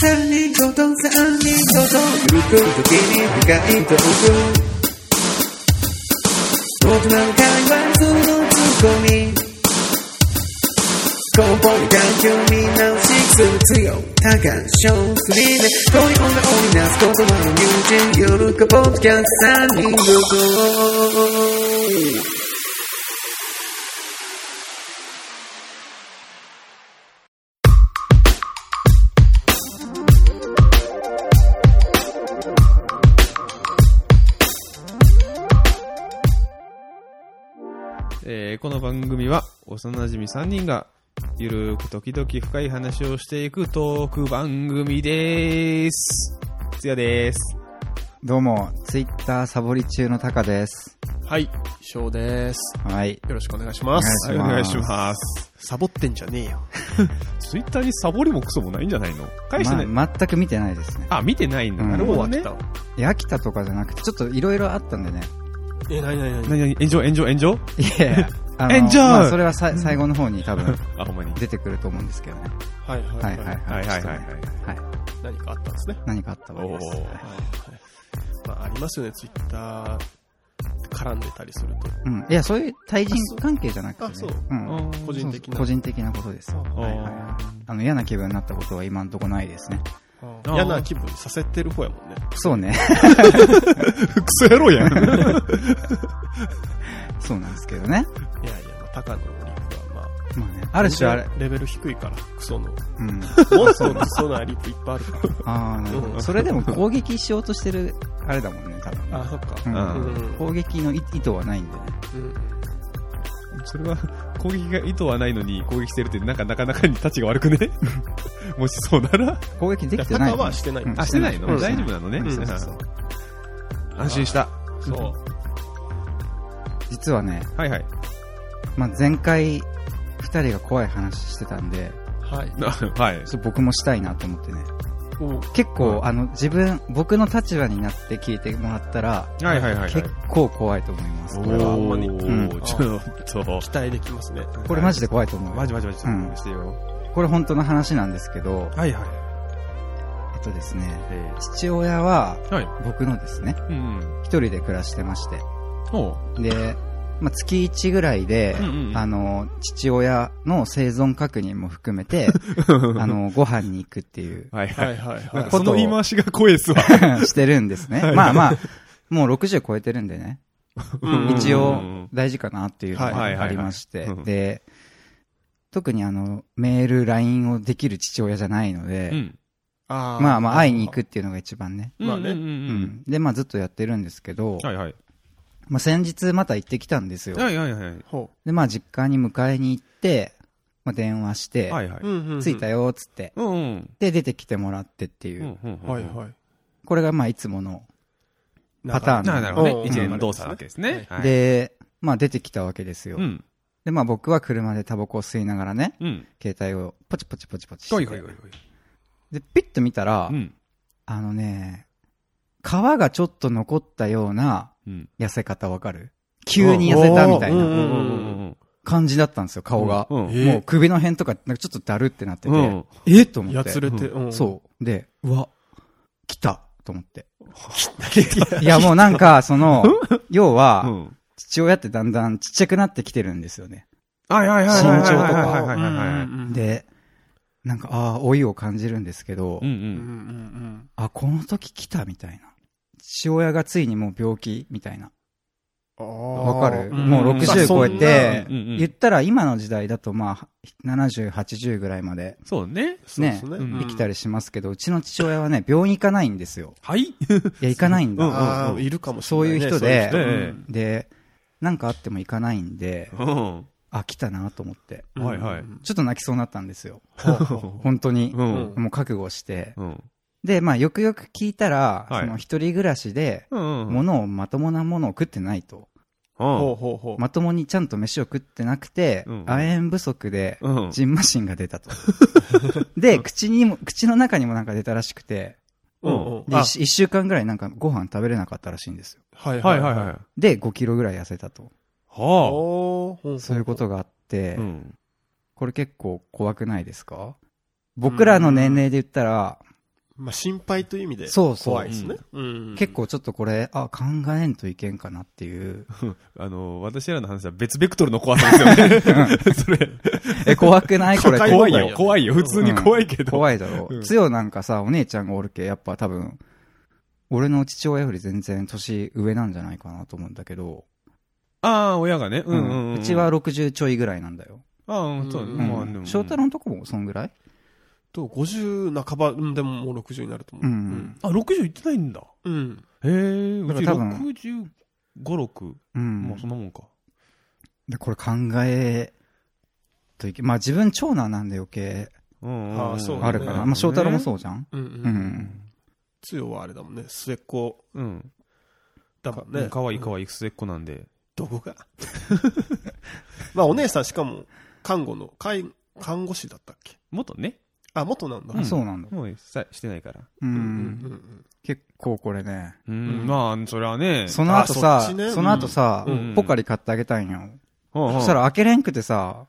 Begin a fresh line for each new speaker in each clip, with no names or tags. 三人ごと三人ごとゆく時に深いトーク僕なんかはそのツッコミ根本環境見直しする強多感症フリーで恋女を織りなす言葉の友人夜かポッドキャスト三人ごと
えーこの番組は幼馴染3人がゆるく時々深い話をしていくトーク番組です。つやです。
どうも、ツイッターサボり中のタカです。
はい、翔です。
はい。
よろしくお願いします。
はい、お願いします。
サボってんじゃねえよ。
ツイッターにサボりもクソもないんじゃないの返してない、
ま全く見てないですね。
あ、見てないんだ。
うん
なるほどね。
いや飽きたとかじゃなくて、ちょっといろいろあったんでね。
え、なになになに
何々炎上、炎上、炎上
いやいや、あの
エンジョイ
まあそれはさ最後の方に多分
あ、ほんまに。
出てくると思うんですけどね。
はい
は
は
い
い
はい
はい。
は
はい。
いはいはい
ちょっとねはい。
何かあったんですね。
何かあったわけ
お
で
ー
す。
まあ、ありますよね、ツイッター絡んでたりする
うん。いや、そういう対人関係じゃなくてね。。
あそうん
あー
と。個人的な。
個人的なことです。
あ
はいはいはいあの、嫌な気分になったことは今んとこないですね。
あ嫌な気分させてる方やもんね。
そうね。
クソ野郎や ん。
そうなんですけどね。
いやいや、まあ、高野のリップはまあ、
まあね。ある種あれ。
レベル低いから、クソの。も
うん。
っとクソなリップいっぱいあるから。
ああ、なるほど。それでも攻撃しようとしてる、あれだもんね、多分ね。
あ、そっか。
うん
うん
攻撃の意意図はないんでね。
うん
それは、攻撃が意図はないのに攻撃してるって、なんかなかなかに立ちが悪く ねもしそうなら。
攻撃で
いや、
きてない
高
の。
はしてない。
うん
あ、してない
うん
の大丈夫なのね。
うん
そうそうそう安
心
心した。
そう。
実はね、
はいはい。
まあ、前回、二人が怖い話してたんで、
はい。
なはい。
ちょっと僕もしたいなと思ってね。
おう
結構、
うん
あの、自分、僕の立場になって聞いてもらったら、
はいはいはいはい
結構怖いと思います。
お
これは
ほんまに
ー、ちょっと。
期待できますね。
これマジで怖いと思うよ。
マジマジマジ。
うん
してよ。
これ本当の話なんですけど、
はいはい。
えっとですね、
え
父親は
ー、はい。
僕のですね、
うん。
一人で暮らしてまして、
おう。
で、まあ、月1ぐらいで、
うんうんうん、
あの、父親の生存確認も含めて、あの、ご飯に行くっていう
はい
は
はいい。
はいは
なんか。
い
その言い回しが怖いっすわ。
してるんですね。まあまあ、もう60超えてるんでね、
うん
一
う
応
ん
大事かなっていうの
はいはいはい
が
はい
ありまして
う、ん
で、特にあの、メール、LINE をできる父親じゃないので、
うん。
あー
まあまあ、会いに行く。っていうのが一番ね。
まあね
うんう
うんん、で、まあずっとやってるんですけど、
うん。はいはい。
まあ先日また行ってきたんですよ。
はいはいはい。
ほ。。
で、まあ実家に迎えに行って、まあ電話して、
はいはいう
うんうんうん
着いた。よ、つって。
うんうん。
で、出てきてもらってっていう。
うんうんうん
はいはい。
これが、まあ、いつもの。パターン
なるほど
うん
ね。一円動作なわけですね。はい、
で、まあ、出てきたわけですよ。
うん。
で、まあ、僕は車でタバコを吸いながらね、
うん。
携帯をポチポチポチポチして。
はいはいはい。
で、ピッと見たら、
うん。
あのね、皮がちょっと残ったような
うん。
痩せ方わかる急に痩せたみたい
おー
う
なん
うん
感じだったんですよ、顔が。
うんうん。
え
もう首の辺とか、なんかちょっとだるってなってて、
うん
えっと思
や
って
つ。れて、うん
そう。で、う わ、来たと思って。
う
いや、もうなんか、その、要は、
うん。
父親ってだんだんちっちゃくなってきてるんですよね。
はいはいはい。
身長とか
はいはいはいはい。
ん
で、なんか、ああ、老いを感じるんですけど、
うんう
うんうん
ん。
うん
あ、この時来たみたいな。父親がついにもう病気みたいな。
うん。
わかる
ん
もう60超えて、
うんうん
言ったら今の時代だとまあ、70、80ぐらいまで
そうね。
ね、
そうですね
うん
うん
生きたりしますけど、うちの父親はね、病院行かないんで すよ。
はい。
いや、行かないん
うんうん
だ。
ああ、いるかもしれないね。
そういう人で
そう
え
いう人
で、なんかあっても行かないんで、
うん。
あ、来たなと思って。
うん
はいはい
うん
ちょっと泣きそうになったんですよ。
う
本当に。
ん。
もう覚悟して。
うん。
で、まあ、よくよく聞いたら、
はい
その一人暮らしで、
うん。
ものをまともなものを食ってないと。
ほうほうほう。
まともにちゃんと飯を食ってなくて
うん、
亜鉛不足で、
うん。
ジンマシンが出 たと。で、口にも、口の中にもなんか出たらしくて、
うんうん
で、
あ
一一週間ぐらいなんかご飯食べれなかったらしいんですよ。
はい
はいはいはい。は
で、5キロぐらい痩せたと。
あ。
おーほんほんほん
そういうことがあって
う、ん。
これ結構怖くないですか僕らの年齢で言ったら、
まあ、心配という意味で
そうそう
怖いですね。うん
結構ちょっとこれ、あ、考えんといけんかなっていう。
あの、私らの話は別ベクトルの怖さですよね。 それ、
え、怖くないこれ。
怖
怖い
いよ
よ、怖いよ。普通に怖いけど。
怖いだろう。
うん
つよなんかさ、お姉ちゃんがおるけ、やっぱ多分、俺の父親より全然年上なんじゃないかなと思うんだけど、
ああ、親がね。うんうんうん。
うちは、60ちょいぐらいなんだよ。
ああ、うんそうね。
う
うん
まあで
ん
も。
翔太郎のとこもそんぐらい
と、50半ば、うん、でももう60になると思う。
うん
あ、60いってないんだ。
うん。うん
へえ、う
だか
ち
ら多分
65、6。
うん。
まあそんなもんか。
で、これ考え、といけ、まあ自分長男なんで余計
うん
ああそうだね
あるから、まあ翔太郎もそうじゃん、
うん。
う
うん。
ん。
つよはあれだもんね、末っ子
うん。
だもんね。
かわいいか
いい。
わいい末っ子なんで。
どこが まあ、お姉さんしかも、看護の、看看護師だったっけ
元ね。
あ、元なんだ。
うん
そうなんだ。
もうさしてないから。
うん。
うんうんうん
結構これね。
う。
うんん
まあ、それはね。
その後さ、
あそ
そ
っちね
の後さ、
うん
ポカリ買ってあげたんよ。
うんうん
そしたら開けれんくてさ、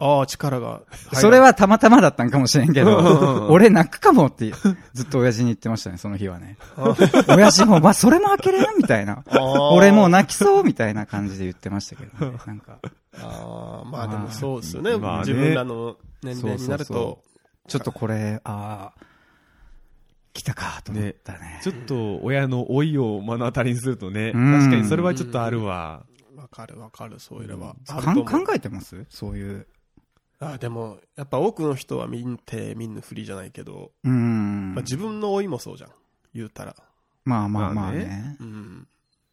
ああ、力が入らない。
それはたまたまだったんかもしれんけ
うんうんうん
ど、俺泣くかもってずっと親父に言ってましたね、その日はね。親父も、まあ、それも開けれんみたいな。
ああ、
俺もう泣きそうみたいな感じで言ってましたけどね。なんか、
ああ、まあでもそうですよね。
まあね
自分らの年齢になる
そうそう
と。
ちょっとこれ、ああ、来たかと思ったね。
ちょっと親の老いを目の当たりにするとね。
うん
確かにそれはちょっとあるわ。
わかるわかる、そういれば。ある
かん
と思う
考えてますそういう。
あでも、やっぱ多くの人は見んて見ぬふりじゃないけど、
うーん。
まあ、自分の老いもそうじゃん。言うたら。
まあまあま
まあ
あ
ね
ね。
うん。
こ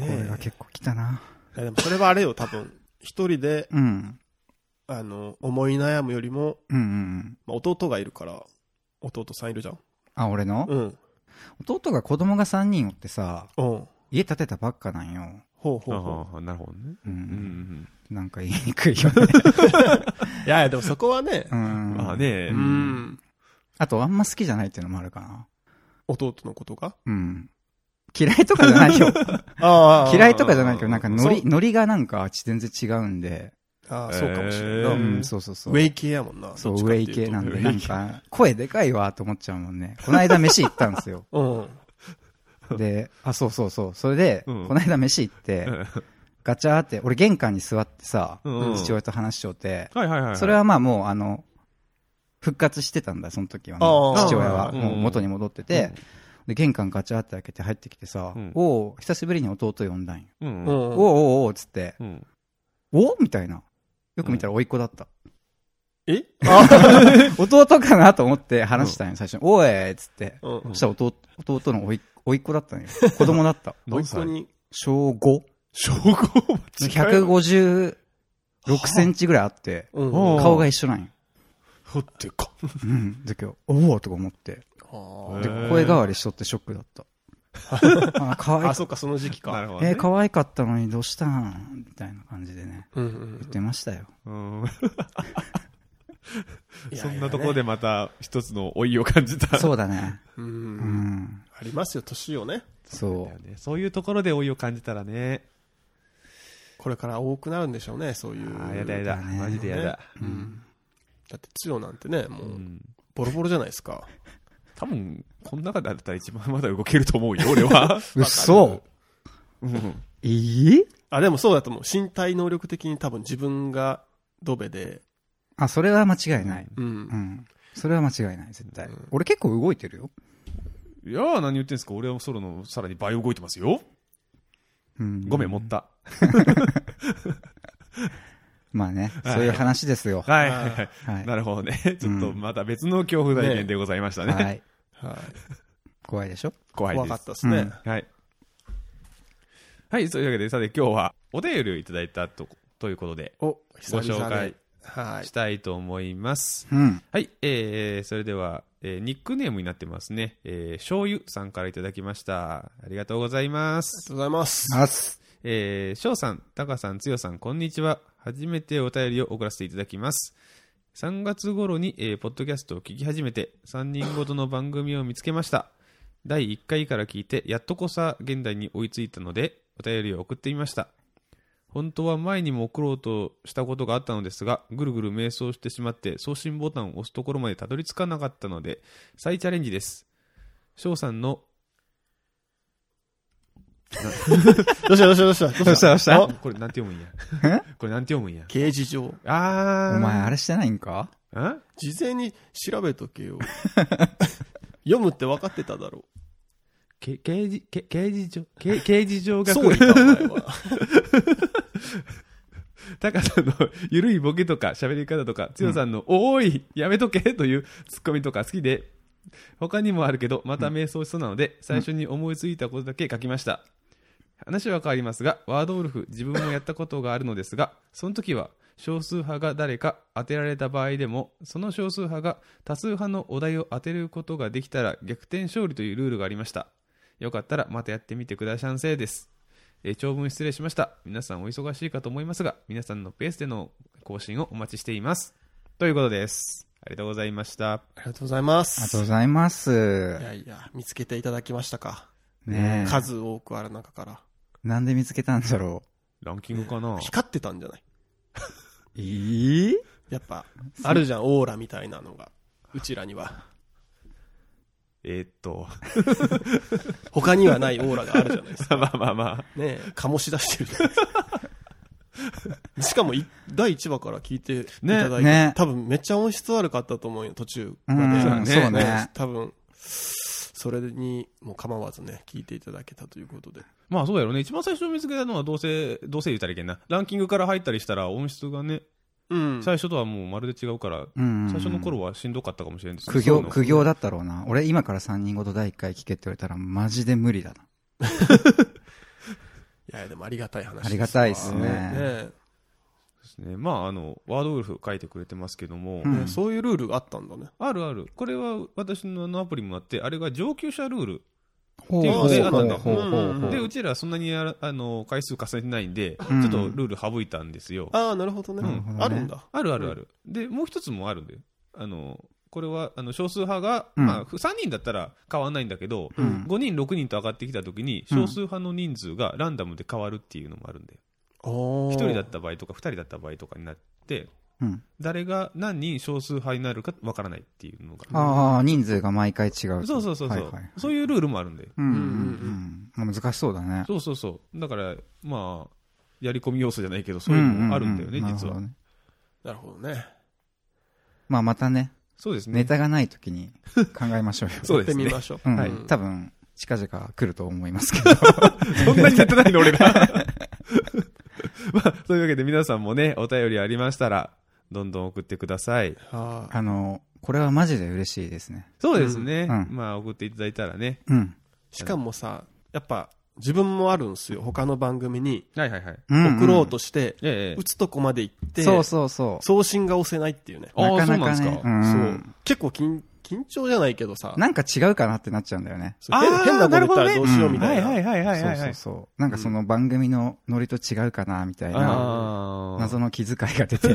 ね
れ
え
が。結構来たな。
いやでもそれはあれよ、多分。一人で、
うん。
あの、思い悩むよりも、
うんうんうん。
まあ、弟がいるから、弟さんいるじゃん。
あ、俺の
うん。
弟が子供が3人おってさ、
うん。
家建てたばっかなんよ。
ほうほうほ
ああ、なるほどね。
う。
うんん
なんか言いにくいよね。
う。いやいや、でもそこはね
う、
うん
ん。
まあね
う。ん。
あと、あんま好きじゃないっていうのもあるかな。
弟のことが
うん。嫌いとかじゃないよ。
あ
嫌いとかじゃないけど、なんかノリ、
そ
ノリがなんか全然違うんで。
ああ、そうかもしれ
えー
ないな。
う
うん
ん、そうそうそう。
ウェイ系やもんな。
そう、ウ
どっちかっ
ェ
てい
イ
と
系なんで、
ウェ
な
イ
ん
系
か、声でかいわと思っちゃうもんね。この間飯行ったんですよ。
うん。
で、あ、そうそうそう。それで、
うん
この間飯行って、ガチャーって、俺玄関に座ってさ、
うんうん
父親と話しちゃって、
はいはいはいはい。
それはまあもう、あの、復活してたんだ、その時はね、
あ
あ
父親は。
うん
もう元に戻ってて、で、玄関ガチャーって開けて入ってきてさ、
うん
おう久しぶりに弟呼んだんよ。
うん
う。
うん。
おうんおうおうつって、
うん。
おみたいな。よく見たら甥っ子だった。
えあ
弟かなと思って話したんよ、最初に。おいっつって。
うん。
そしたら弟弟の甥っ甥っ子だったのよ。子供だった。
も
何
う一個
歳
に、
小 5?
小5
156センチぐらいあって、
うん
おう
顔が一緒なんよ。
ほってか。
うん。で、今日、おおとか思って。
あ
で
へー、
声変わりしとってショックだった。あ、か
ー
わ
あ、
い
そっか、その時期
なる
か。
ほどね。
えー、可愛かったのにどうしたんみたいな感じでね。
うんうん
言ってましたよ。
うん
いや
そんなところでまた一つの老いを感じた。
そうだね。
う。
うんん。
ありますよ、年をね。
そ
だよ
う。
ねそういうところで老いを感じたらね。
これから多くなるんでしょうね、そういう。
ああ、やだやだ。
だね
マジでやだ。
うん。だって、つよなんてね、も
う
う、
ん。
ボロボロじゃないですか。
多分、この中だったら一番まだ動けると思うよ、俺は。
うっそ
うん。
えー
あ、でもそうだと思う。身体能力的に多分自分がドベで、
あ、それは間違いない。
う。
うんん。それは間違いない、絶対
うん。
俺結構動いてるよ。
いやー、何言ってんすか。俺はソロのさらに倍動いてますよ。
うん。
ごめん、持った。
まあね、
はい
そういう話ですよ。
はい
あ
は
ー
いはい。
はい。
なるほどね。ちょっと
うん
また別の恐怖体験でございましたね。
はい。
は
怖いでしょ
怖
い。
い
怖
で
かっ
す。
たですね。
はい。はい、そういうわけで、さて今日はお便りをいただいたとということで、
お、久
ご紹
々
介
で。はい
し。たいと思います。
うん。
はい、えー、それでは、えーニックネームになってますね。えー、醤油さんからいただきました。ありがとうございま
ありが
す。
とうございます。
あっす。
えー、翔さん、タカさん、つよさん、こんにちは。初めてお便りを送らせていただきます。3月頃に、えーポッドキャストを聞き始めて、3人ごとの番組を見つけました。第1回から聞いて、やっとこさ、現代に追いついたので、お便りを送ってみました。本当は前にも送ろうとしたことがあったのですが、ぐるぐる迷走してしまって、送信ボタンを押すところまでたどり着かなかったので、再チャレンジです。翔さんの、
どうしたどうしたどうしたどうした
どうしたど
あ
これなんて読むんや
え。
これなんて読むんや。
刑事上。
あー。
お前、あれしてないんか
ん
事前に調べとけよ。 読むって分かってただろ
け刑事、け刑事上、け刑事上
う。
学
そういか、お前は。
タカさんのゆるいボケとか喋り方とか、つよさんの、おーい、やめとけというツッコミとか好きで、他にもあるけど、また瞑想しそうなので、最初に思いついたことだけ書きました。話は変わりますが、ワードウルフ、自分もやったことがあるのですが、その時は、少数派が誰か当てられた場合でも、その少数派が多数派のお題を当てることができたら逆転勝利というルールがありました。よかったらまたやってみてくださんせいです。えー長文失礼しました。皆さんお忙しいかと思いますが、皆さんのペースでの更新をお待ちしています。ということです。ありがとうございました。
ありがとうございま
ありがとう
す。
ございます
い。やいや、見つけていただきましたか。
ねえ。
数多くある中から。
なんで見つけたんだろ。
ランキングかな
光ってたんじゃないう
ええ
やっぱ、あるじゃん、オーラみたいなのが。うちらには。
えーっと、
他にはないオーラがあるじゃな いですか。
まあまあま
ねえ、醸し出してるじゃないです か。しかもい、第1話から聞いていただいて、
ねね
多分めっちゃ音質悪かったと思うよ、途中
う
まで。
ん、
そうだね
そうね。
多分、それにも構わずね、聞いていただけたということで。
あ。まあそうやろね。一番最初に見つけたのはどうせ、どうせ言うたらいけんな。ランキングから入ったりしたら音質がね、
うん。
最初とはもうまるで違うから、
うん。
最初の頃はしんどかったかもしれんですね
苦
そうい
行、
うの
苦行だったろうな。俺今から3人ごと第1回聞けって言われたらマジで無理だな。
いやいや、でもありがたい話です
ありがたいっすね
ねえ
ですね。まああの、ワードウルフ書いてくれてますけども、
うん
ねそういうルールがあったんだね。
あるある。これは私のあのアプリもあって、あれが上級者ルール。
ほ
っていうのであったんだよ
ほうほうほう
で、うちらそんなにやらあの回数重ねてないんで、
うん
ちょっとルール省いたんですよ。
ああ、なるほどね。
なる
ほどね
あるんだ。
あるあるある。で、もう一つもあるんで、あの、これはあの少数派が、
うん
まあ、3人だったら変わんないんだけど、
うん
5人、6人と上がってきたときに、
うん
少数派の人数がランダムで変わるっていうのもあるんで、
おー
1人だった場合とか、2人だった場合とかになって、
うん
誰が何人少数派になるかわからないっていうのが、
ああ、人数が毎回違う。
そうそうそうそう、
はいはい
そういうルールもあるんで、
うんうんうん。難しそうだね。
そうそうそう、だから、まあ、やり込み要素じゃないけど、そういうのもあるんだよね、
ううう
実。
な
は
ほど。ね
なるほどね。
まあまたね、
そうですね
ネ。タがない時に考えましょうよ。
そうです
やっ
ね
てみ。ましょう。
うん
はい
多分、近々来ると思います けど。
そんなにやってないの、俺 ら。まあ、そういうわけで皆さんもね、お便りありましたら、どんどん送ってください。
は
あの、これはマジで嬉しいですね。
そうですね。
うん
まあ、送っていただいたらね。
うん。
いしかもさ、やっぱ、自分もあるんすよ。他の番組に
はいはいはい。
うんん
送ろうとして、
ええ
打つとこまで行って、
そうそうそ
送信が押せないっていうね。
う。
ああ
なかなか
そうなん
ね
で。す
う
か
そう
うん。。
結構緊緊張じゃないけどさ、
なんか違うかなってなっちゃうんだよね。
そう変変なこと言ったらどうしようみ
は
た
い
いな。
はいはいはい
そ
は
う
い。
そうそう。なんかその番組のノリと違うかな、みたいな。
あー
謎の気遣いが出て、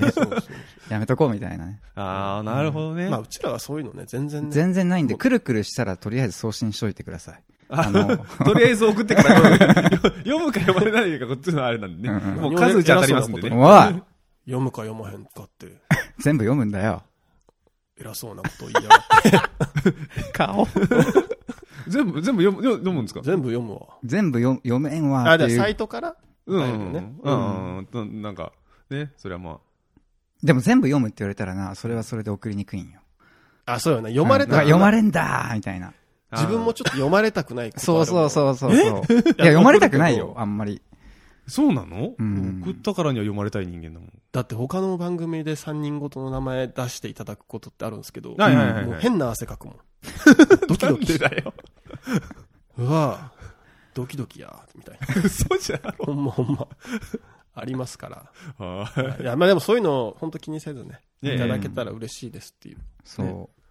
やめとこうみたいなね。
あー、なるほどね。
まあ、うちらはそういうのね、全然ね。
全然ないんで、くるくるしたらとりあえず送信しといてください。あの、
とりあえず送ってから読む 読むか読まれないかこっちのあれなんでね。
うんうん
もう数打ち当たりますん でね。
わあ
読むか読まへんかって、
全部読むんだよ。
偉そうなこと言いやがって。
顔
全部、全部読む読むんですか
全部読むわ。
全部読読めんわ
あ、
っ
じ
て
ゃあサ
いう。
イトから
うんう
だよ
ん
ね
うんうんうん。なんか、ね、それはまあ。
でも全部読むって言われたらな、それはそれで送りにくいんよ。
あ、そうよね。読まれ
うん
た
読ま
れ
れんだーみたいな。
自分もちょっと読まれたくないこと
そうそう
う。
そうそうそう。いや、読まれたくないよ、あんまり。
そうなの、
うん
送ったからには読まれたい人間だもん。
だって他の番組で3人ごとの名前出していただくことってあるんですけど、
はいはいはいはい
もう変な汗かくも ん。ドキ
な
ド
ん
キ
で。だよ。
うわぁドキドキや、みたい な。
嘘 じゃろ。
ほんまほんま。ありますから。
はい
や、まあでもそういうの、本当気にせずね、い
ねえ
ただけたら嬉しいですっていう。
そ。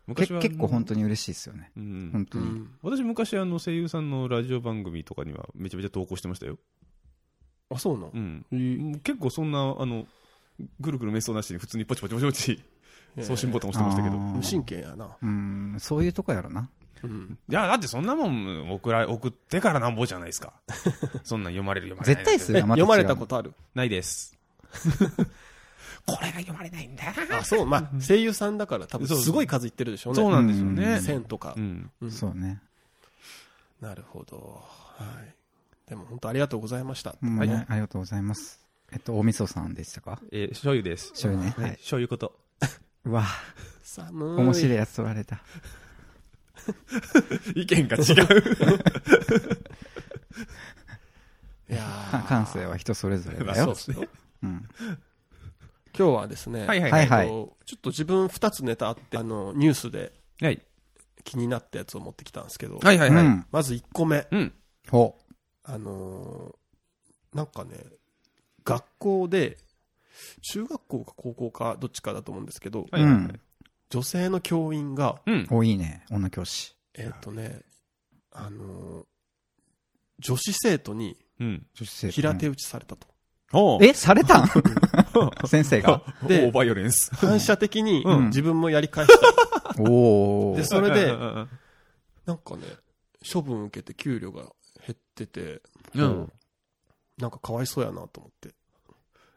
いう
け結構本
当
当に嬉しいですよね。
うん
本。
う
当に。
ん。
私昔あの声優さんのラジオ番組とかにはめちゃめちゃ投稿してましたよ。
あ、そうなの
うん。
えー
もう結構そんな、あの、ぐるぐる瞑想なしに普通にポチポチポチポチ送信ボタン押してましたけど。
あー
無神経やな。
うん、そういうとこやろな。
うん。
いや、だってそんなもん送ら、送ってからなんぼじゃないです か。そんなん読まれる読まれな
絶
い。
対す
え
るよ、ま
読まれた
と
ことある
ない です。これが読まれないんだ。
あ、そう、まあ、声優さんだから多分
そう
すごい数いってるでしょうね。
そうなんですよね。
1000とか
う。ん。
うん
そうね。
なるほど。はい。でも本当ありがとうございました。
もうね
はい
ありがとうございます。えっと、大味噌さんでしたか
えー、醤油です。
醤油ね
はい
はい
醤油こと。
うわ、
寒い。
面白いやつ取られた。
意見が違う。
いや
か
ー
感性は人それぞれ
まあ
だ
そう
よ
で。すね。
うん。
今日はですね、
はいはい
は
はいい。
はい
えっとちょっと自分2つネタあって、あの、ニュースで
はい。
気になったやつを持ってきたんですけど、
はいは
う
いはい。
ん。
まず1個目。
うん。
ほ
あのーなんかね、学校で、中学校か高校かどっちかだと思うんですけど、
はいはいはい。
女性の教員が、
うん
う。。お、いいね。女教師。
えっとね、あのー女子生徒に
うん。
女子生徒
平手打ちされたと。
お
え、されたん先生が。
で、オーバイオレンス。
反射的に
うん
自分もやり返した。
お
で
ー。
それで
うんうん
なんかね、処分受けて給料が減ってて、
うんうん。
なんかかわいそうやなと思って。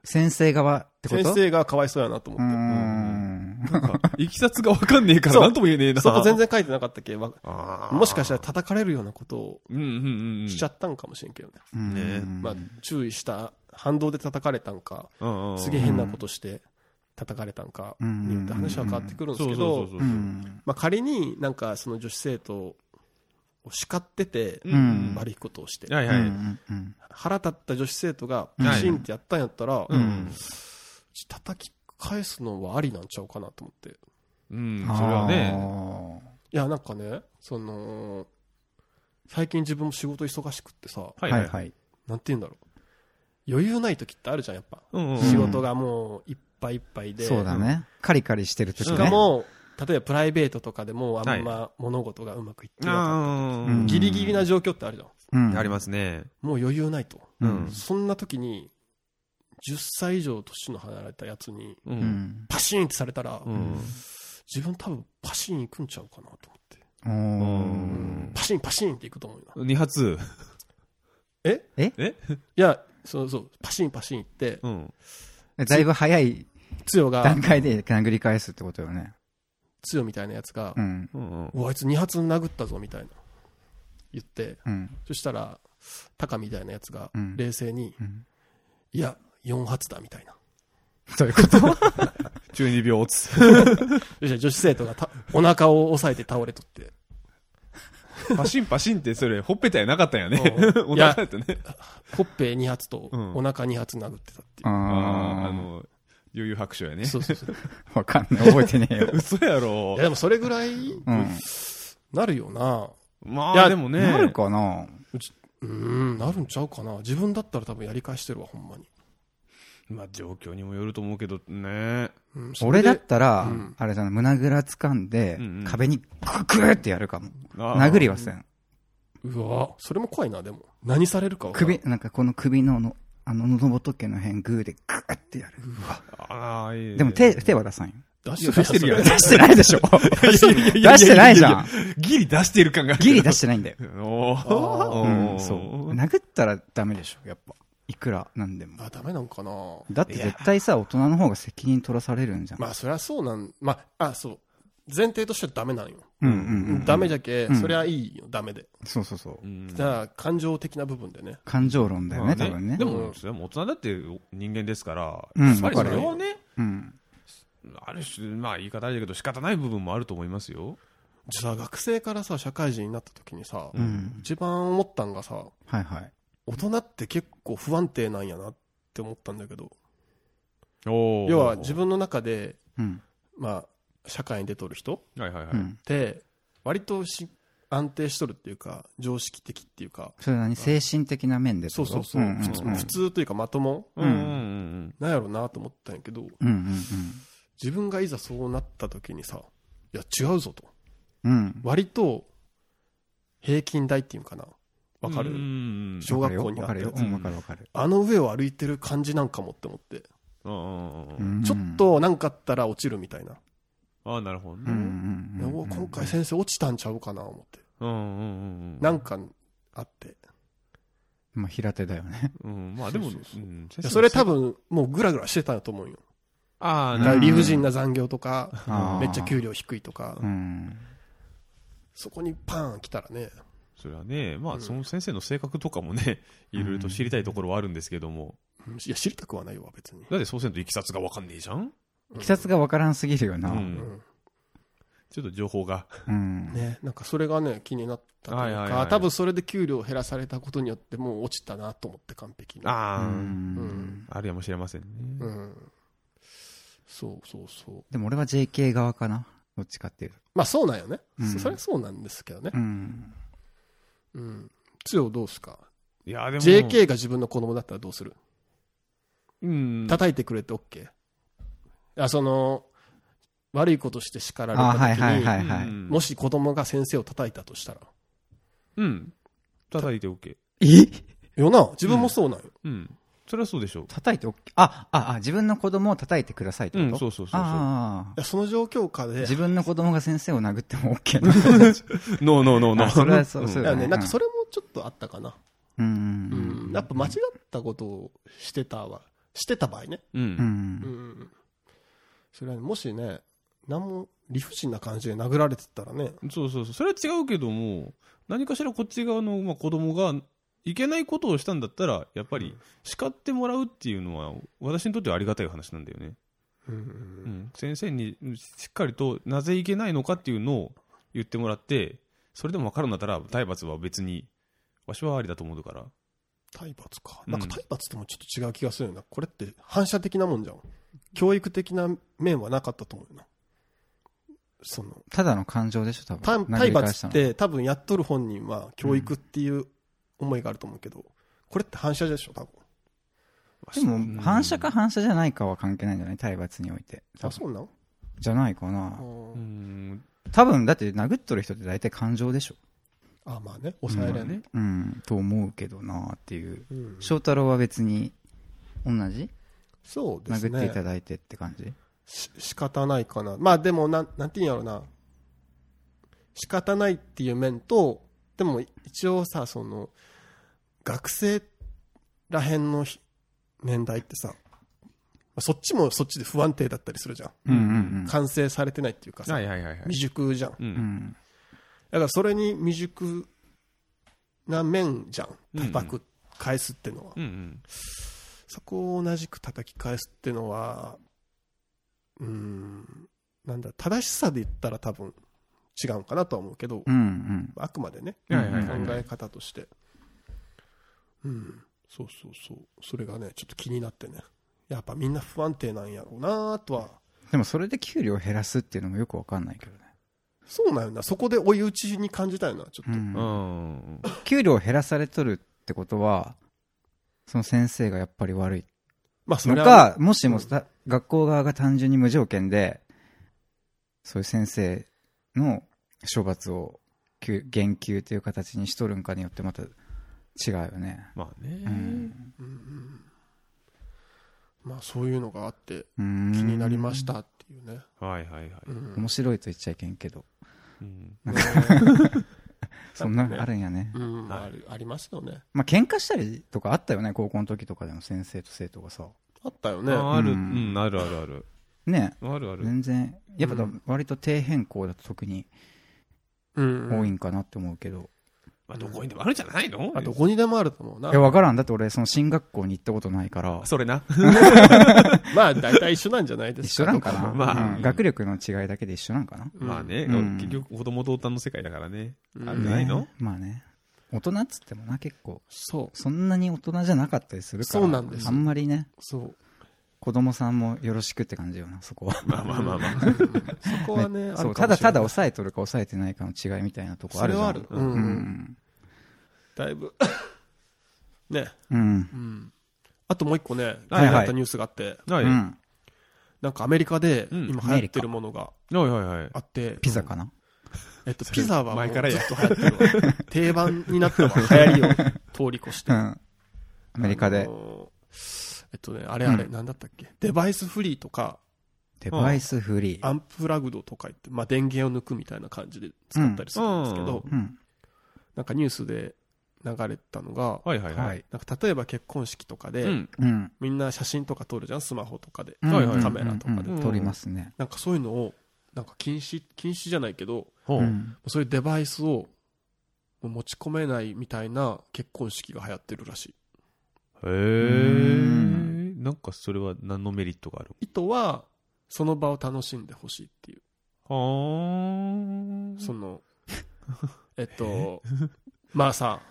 先生側ってこと
先生がかわいそうやなと
うー
思って。
ん。
なんか、いきさつがわかんねえか
そ
ら、な
う
んとも言えねえな。
そこ全然書いてなかったけわ
あー
もしかしたら叩かれるようなことを
うんうんうんうん。
しちゃったんかもしれんけどね。
うん
ね
まあ、注意した反動で叩かれたんか、
うんうん。
すげえ変なことして叩かれたんかによって話は変わってくるんです
そう
け
そう
ど
そう
う
そう。
ん。
まあ仮になんかその女子生徒を叱ってて
う
うん
悪いことをして
はい
うん
はい。
うんうん
腹立った女子生徒が
はい
パシンってやったんやったら
う
うん
ん。
叩き返すのはありなんちゃうかなと思って
うん。それはね。
いやなんかねその最近自分も仕事忙しくってさ
あ
は
ー
い
は
はいいはい。
はい。
なんて言うんだろう余裕ない時ってあるじゃんやっぱ
うんうんうん。
仕事がもういっぱいいっぱいで
そうだね。カリカリしてる時
し
ね。
かも、例えばプライベートとかでもあんま物事がうまくいってなかっ
あ
うん
た
ー
ギリギリな状況ってあるじゃん。
うん、。
ありますすね。
もう余裕ないと。
うん
そんな時に、10歳以上年の離れたやつに、
う。
うんん。
パシーンってされたら、
うん。
自分多分パシーン行くんちゃうかなと思って。
お
うん
パシーンパシーンって行くと思うよな。
二発。
いや、そうそう、パシーンパシーン行って、
うん。
ーだいぶ早い
つよが
段、階で殴り返すってことよね。
つよみたいなやつが
う、ん。
うんうん。
うわあいつ2発殴ったぞみたいな。言って、
うん。
そしたら、タカみたいなやつが
うん、
冷静に、
うん
いや、4発だみたいな。
そういう こと
12秒落つ。
そしたら女子生徒がたお腹を押さえて倒れとって、
パシンパシンってそれ、ほっぺたやなかったんやね。
うん
お腹やったね。
ほっぺ2発と
うん
お腹2発殴ってたってい
あ
う。
ーあ
あ
の、悠々白書やね。。
そうそうそう。
あ。わかんない。覚えてねえよ
嘘やろ
いや、。でもそれぐらい
うん。
なるよな。
ま
いや
あ、でもね。
なるかな
うーん、なるんちゃうかな。自分だったら多分やり返してるわ、ほんまに。
まあ、状況にもよると思うけどね。
うん、それ
俺
で
だったら
うん、
あれじゃない、胸ぐら掴んで
うんうん、
壁にククーってやるかも。
殴
殴りはせん。
うわそれも怖いな、でも。何されるかわからん
首、なんかこの首のの、あの、喉仏の辺グーでクーってやる。
ああ、いいね
でも手、手は出さんよ。
出
いや出してるやん
ん。
出してないでしょ
いやいやいやいや
出してないじゃん。
ギリ出してる感があるけど。
ギリ出してないんだよ。
お
あ
ー
うん、そう。殴ったらダメでしょ、やっぱ。いくらなんでも。
あ、ダメなんかな。
だって絶対さ、大人の方が責任取らされるんじゃん。
まあ、そりゃそうなん、まあ、あ、そう。前提としてはダメなんよ。
うんうんうん。
ダメじゃけ、
ん
そりゃいいよ、ダメで。
そうそうそう
う。ん
じゃあ、感情的な部分でね。
感情論だよ
まあ
ね、多分ね
で。も、それはもう大人だって人間ですから、
うん
やっぱりそ
わ
れ
かるよ
はね、
うん。
ある種、まあ言い方あれだけど仕方ない部分もあると思いますよ。
じゃあ学生からさ社会人になった時にさ、
うん。
一番思ったんがさ
はいはい。
大人って結構不安定なんやなって思ったんだけど
おー
要は自、分の中で、
うん。
まあ、社会に出とる人
はいはいは
う
い。
ん。
って割とし安定しとるっていうか常識的っていうか
それ何精神的な面でって
そ
こと
うそうそう、
んんん
普通普通というかまとも
うんうんうん
なんやろなと思ったんやけど
うんうん
自分がいざそうなった時にさいや違うぞと
うん。うん。
割と平均台っていうのかなわかる、
うんうんうん
小学校にあ
わ
った
か
や
る
つ
よ。うんわかるわかる。
あの上を歩いてる感じなんかもって思って
うんうんう
うんん
ちょっ、となんかあったら落ちるみたいな。
ああ、なるほど
うん
ね。
うんうんうん
お今回先生落ちたんちゃうかな思って。
うんうんうんうん。
なんかあって。い
まあ平手だよね。
うん、まあでも、
そうそうそう
うん
やそれ多分もうグラグラしてたと思うよ。
ああ、
だか
な
ら
る
理不尽な残業とか、
あー
めっちゃ給料低いとか
う、ん。
そこにパーン来たらね、
それはね、ま
う
あ、
ん
その先生の性格とかもね、いろいろと知りたいところはあるんですけども、
うんいや、知りたくはないわ、別に。
だってそうせんといきさつがわかんねえじゃん
うん
鬼殺がわからんすぎるよな。
う
うん。
ん。ちょっと情報が。
うんね、なんかそれがね、気になったと
はいいうはいは
か
い、
多分それで給料を減らされたことによって、もう落ちたなと思って、完璧に。
う
ああ、
ん
あるやもしれませんね。
うん。そうそうそう。
でも俺は JK 側かな。どっちかっていうと。
まあそうなんよね。
うん
そそれはそうなんですけどね
う。ん。
うん。つよどうすか
いや、でも、
?JK が自分の子供だったらどうする
うん、
叩いてくれて OK? あ、その、悪いことして叱られた
あはいはい
時
は
に、
いはい
うん
もし子供が先生を叩いたとしたら。
うん。叩いて OK。
え
よな、自分もそうなんよ。
うん。それはそうでしょう。
叩いて OK。あ、あ、あ、自分の子供を叩いてくださいって
う
こと
ん、そうそうそうそう。
あ
いやその状況下で、
あ。自
い
分の子供が先生を殴っても OK な。
ノーノーノーノー。
あそれはそうそううんだ
や
ね
ね、なんかそれもちょっとあったかな。
う。
うんん。やっぱ間違ったことをしてたわ。してた場合ね。
う。
うんん
う。ん。それはね、もしね、何も理不尽な感じで殴られてたらね、
そうそうそう。それは違うけども、何かしらこっち側の、まあ、子供が、いけないことをしたんだったら、やっぱり叱ってもらうっていうのは、私にとってはありがたい話なんだよね。
うん
うん、先生にうんしっかりとなぜいけないのかっていうのを言ってもらって、それでも分かるんだったら、体罰は別に、わしはありだと思うから、
体罰か。
うん
なんか体罰ともちょっと違う気がするよな。これって反射的なもんじゃん。教育的な面はなかったと思うよな。その、
ただの感情でしょ、多
体
分。
体
殴り返し
罰
た
っ
の。
て多分やっとる本人は教育っていう思いがあると思うけど、これって反射でしょ、多分。
でも、反射か反射じゃないかは関係ないんじゃない体罰において。
あ、そうなの
じゃないか
あ
な。
う
ー
ん、
多分、だって殴っとる人って大体感情でしょ。
あ、まあね、抑えられない。
うん。と思うけどなっていう。
うん
翔太郎は別に、同じ
そうです
殴ってい
ね
た。だいてって感じ
し仕方ないかな。まあでも、なん、なんて言うんやろうな。仕方ないっていう面と、でも一応さ、その、学生らへんのひ年代ってさ、まあそっちもそっちで不安定だったりするじゃん。
うんうん
完成されてないっていうかさ、
はいはいはいはい。
未熟じゃん。だ
う
うんうんん。
からそれに未熟な面じゃん。
うんうん
叩く、返すってのは
う。ん
そこを同じく叩き返すっていうのは、うーん、なんだ、正しさで言ったら多分違うんかなとは思うけど、
うんうん。
あくまでね、
うんはいはい
考
はいはい
え方として。うん、そうそうそう。それがね、ちょっと気になってね。やっぱみんな不安定なんやろうなとは。
でもそれで給料を減らすっていうのもよくわかんないけどね。
そうなんよな。そこで追い打ちに感じたよな、ちょっと。
うんうん。
給料を減らされとるってことは、その先生がやっぱり悪い
まあ、そ
の
れ
か、
は、
もしもさ学校側が単純に無条件で、そういう先生の処罰を給減給という形にしとるんかによってまた違うよね。
まあね、
うん
うんうんまあ、そういうのがあって、
気
気に
に
なりましたっていうね。
はいはいはい。
うん
面白いと言っちゃいけんけど、
うん
そんな
ね
んあるんやね。
うん、
はい
あるありますよね。
まあ喧嘩したりとかあったよね、高校の時とかでも先生と生徒がさ。
あったよね。
ある、う
うん
ん、あるあるある。
ね
あるある。
全然、やっぱだ
うん
割と底辺校だと特に
うん
多いんかなって思うけど。
まあ、どこにでもあるんじゃないの
あどこにでもあると思うない
や、。わからん。だって俺、その進学校に行ったことないから、
それな。
まあ、大体一緒なんじゃないです
一
か。
緒なんかな、
どこも
まあ
うん学力の違いだけで一緒なんかな、
うん
まあね、
うん
結局子供同担の世界だからね。
うん
あるんじゃないの、
ねまあね。大人っつってもな、結構。
そう、
そんなに大人じゃなかったりするから。
そうなんです
あんまりね、
そう。
子供さんもよろしくって感じよな、そこは。
まあまあまあまあ。
うんそこはね、あ
そう、ただ
るかもしれない
ただ抑えとるか抑えてないかの違いみたいなとこあ
そ
る
れ
じゃん。
はある。
う
うんん
う。ん。
だいぶ。 ね。
うん。
うん。あともう一個ね、気
はいはい
になったニュースがあって、
は
う
い、
ん。
なんかアメリカで
うん
今流行ってるものが
はいはいはい。
あって、
ピザかな
えっと、ピザはも
前
うず
から
っと流
や
行ってる わ。定番になったわ、流行りを通り越して
う。ん。アメリカ
あ
で。
のーえっとね、あれあれ、
うん
なんだったっけ、デバイスフリーとか、
デバイスフリー。
アンプラグドとか言って、まあ、電源を抜くみたいな感じで使ったりするんですけど、
う
うん。
なんかニュースで流れてたのが、
はいはいはい。
はい
なんか例えば結婚式とかで、
うん。
うん。
みんな写真とか撮るじゃん、スマホとかで、
うん
はいはい
カメラとかで、
うん撮りますね。
なんかそういうのを、なんか禁止、禁止じゃないけど、
ほう。
うん
そういうデバイスを持ち込めないみたいな結婚式が流行ってるらしい
へえ
ん
なんかそれは何のメリットがある
意図はその場を楽しんでほしいっていう
はあ
そのえっとまあさ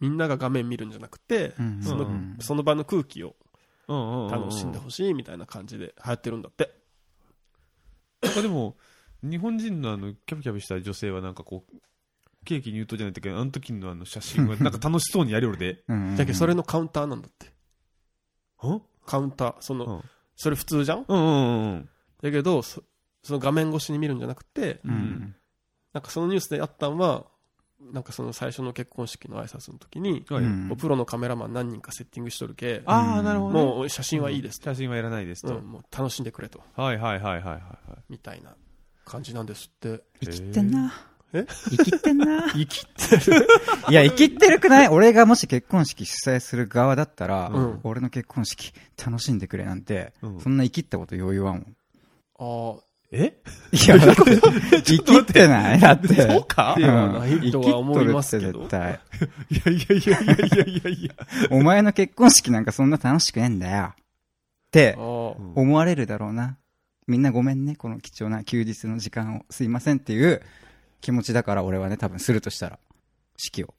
みんなが画面見るんじゃなくて
うん
その,、
うん
その場の空気を
の
楽しんでほしいみたいな感じで流行ってるんだって
なんかでも、日本人のあのキャピキャピした女性は、なんかこう、ケーキ入刀じゃないんだけど、あの時のあの写真は、なんか楽しそうにやりょるで。
うんうん
だけどそれのカウンターなんだって
ん
カウンターその、
うん
それ普通じゃん
うんうんうん。
だけどそその画面越しに見るんじゃなくて
うんうん
なんかそのニュースであったんはなんかその最初の結婚式の挨拶の時に、
はい
うん
プロのカメラマン何人かセッティングしとるけ
ああ、なるほど、ね。
もう写真はいいですと、
写真はいらないです
うん
と。
もう楽しんでくれと
はいはいはいはいはいはい。
みたいな感じなんですって
生きってんな
え
生きってんな
生きってる
いや、生きってるくない俺がもし結婚式主催する側だったら、
うん
俺の結婚式楽しんでくれなんて、
うん
そんな生きったこと余裕はもん。
あ
え
いや、だって、生きってない だって。
そうか
あ
い
で
や
はないとは思いますけ
生
ど
きとるって
いやいやいやいやいやいや。
絶対。お前の結婚式なんかそんな楽しくねえんだよ。って
あ、ー
うん
思われるだろうな。みんなごめんね、この貴重な休日の時間を。すいませんっていう気持ちだから俺はね、多分するとしたら。式を。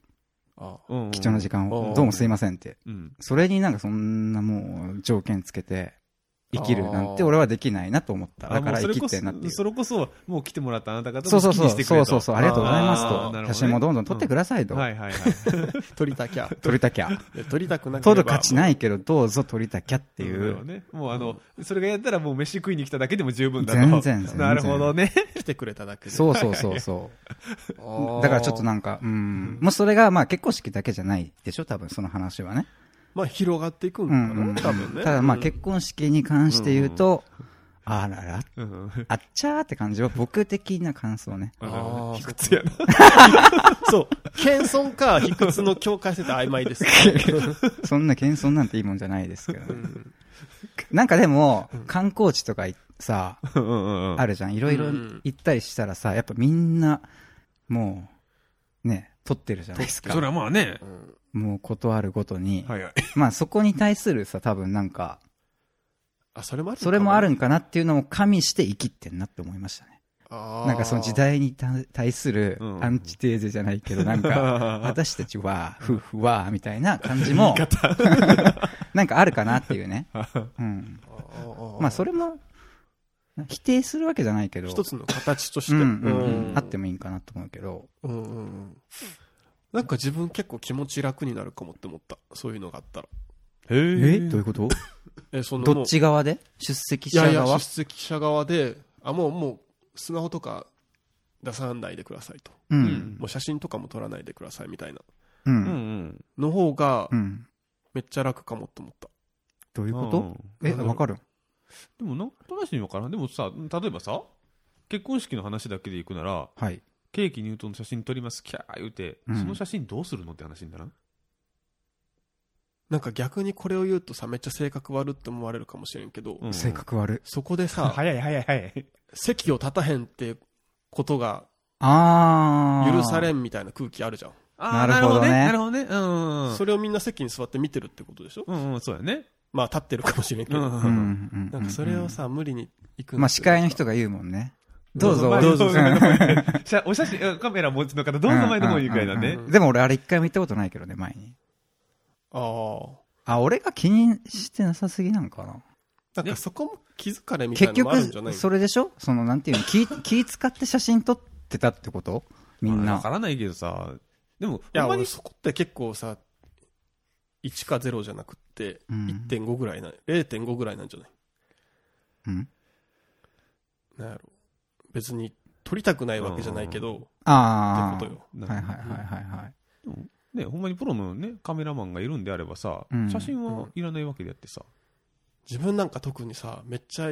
あ
うんうん
貴重な時間
う
を。
ん
どうもすいませんって。
うん。
それになんかそんなもう条件つけて生きるなんて俺はできないなと思った。
あ
だから
もうそ
生
れ
き
こ
ってんなってい。
そうそれこそ、もう来てもらったあなた方
そう
も好
そう
き
そう。
にしてく
そ
れ
う
と
そうそう。ありがとうございます
あーなるほど
と。
ね
写真もどんどん撮ってくださいと。
はいはいはい。
撮りたきゃ
撮り たきゃ。
え撮りたくなけ
撮
れば
る価値ないけど、どうぞ撮りたきゃってい
なるほど
う。
ね。もうあの、それがやったらもう飯食いに来ただけでも十分だと。
全然全然
なるほどね。
来てくれただけで
そうそうそうそうう。だからちょっとなんか、うん。もしそれが、まあ結婚式だけじゃないでしょ多分その話はね。
まあ広がっていくん
う
か
ん
な、
うん。
多分ね
ただまあ
うん
結婚式に関して言うと、あらら、
うんうん
あっちゃーって感じは僕的な感想ね。
なるほど
あー
ね卑屈やな。
そう 謙遜か卑屈の境界線って曖昧です
そんな謙遜なんていいもんじゃないですけど ね。なんかでも、観光地とかいさ、
うんうんうん
あるじゃん。いろいろ
うん
行ったりしたらさ、やっぱみんな、もう、ね、撮ってるじゃないです
それ
か。
はまあね。
もう断るごとに。
はいはい。
まあそこに対するさ、多分なんか、
あそれもあるのか
それもあるんかなっていうのも加味して生きってんなって思いましたね。
あー
なんかその時代にた対する
うん
アンチテーゼじゃないけど、なん か、私たちは、夫婦は、みたいな感じも、 なんかあるかなっていう ね。うん。
あー
まあそれも、否定するわけじゃないけど、
一つの形として、
うんうんうんあって
も、
もいいんかなと思うけど、
うんうんうんなんか自分結構気持ち楽になるかもって思ったそういうのがあったら
え
えどういうこと
えそのも
ど
う
っち側で出席
い
者
やいや
側
出席者側であもうもうスマホとか出さないでくださいと
う。
うんん
もう写真とかも撮らないでくださいみたいな
う
う。
んん
の方が
うん。
めっちゃ楽かもって思った、
どういううんこ
うん
とえ、
うん
わかる
でもなんとなしにわからんでもさ例えばさ結婚式の話だけでいくなら
はい。
ケーキ入刀の写真撮りますキャー言うて、
うん
その写真どうするのって話にならん
なんか逆にこれを言うとさめっちゃ性格悪って思われるかもしれんけど、
うん
性格悪い。
そこでさ
早い早い早い
席を立たへんってことが
あー。
許されんみたいな空気あるじゃん
あー
なるほどね
なるほどねなるほどねうんうん
それをみんな席に座って見てるってことでしょ
うんうんそうやね
まあ立ってるかもしれんけ
うん
う
ど、
う
ん。う
ん
んうん。
なんかそれをさ無理に行く
まあ司会の人
が
が言うもんね。
どうぞ
前
ど
の
うぞ。
前 の方にしゃお写真うんカメラ持ちの方どうぞ前の方に行くらいだ
う
ね
んうんうんでも俺あれ一回も行ったことないけどね、前に。
ああ
あ、俺が気にしてなさすぎなんかな。
なんかそこも気づかれみたい
結
なのもあるんじゃな
局、
い
それでしょその、なんていうの、気、気使って写真撮ってたってことみん
わ
な
か。らないけどさでも
い
ほ
や
んま
俺
に
そこって結構さ1か0じゃなくって
うん
1.5ぐらいな、0.5ぐらいなんじゃない
うん。
なんやろ別に撮りたくないわけじゃないけど、って
ああ。
ことよ
な
はいはいはいはいはい。
ね、ほんまにプロの、ね、カメラマンがいるんであればさ、
うん
写真はいらないわけであってさ、
自分なんか特にさめっちゃ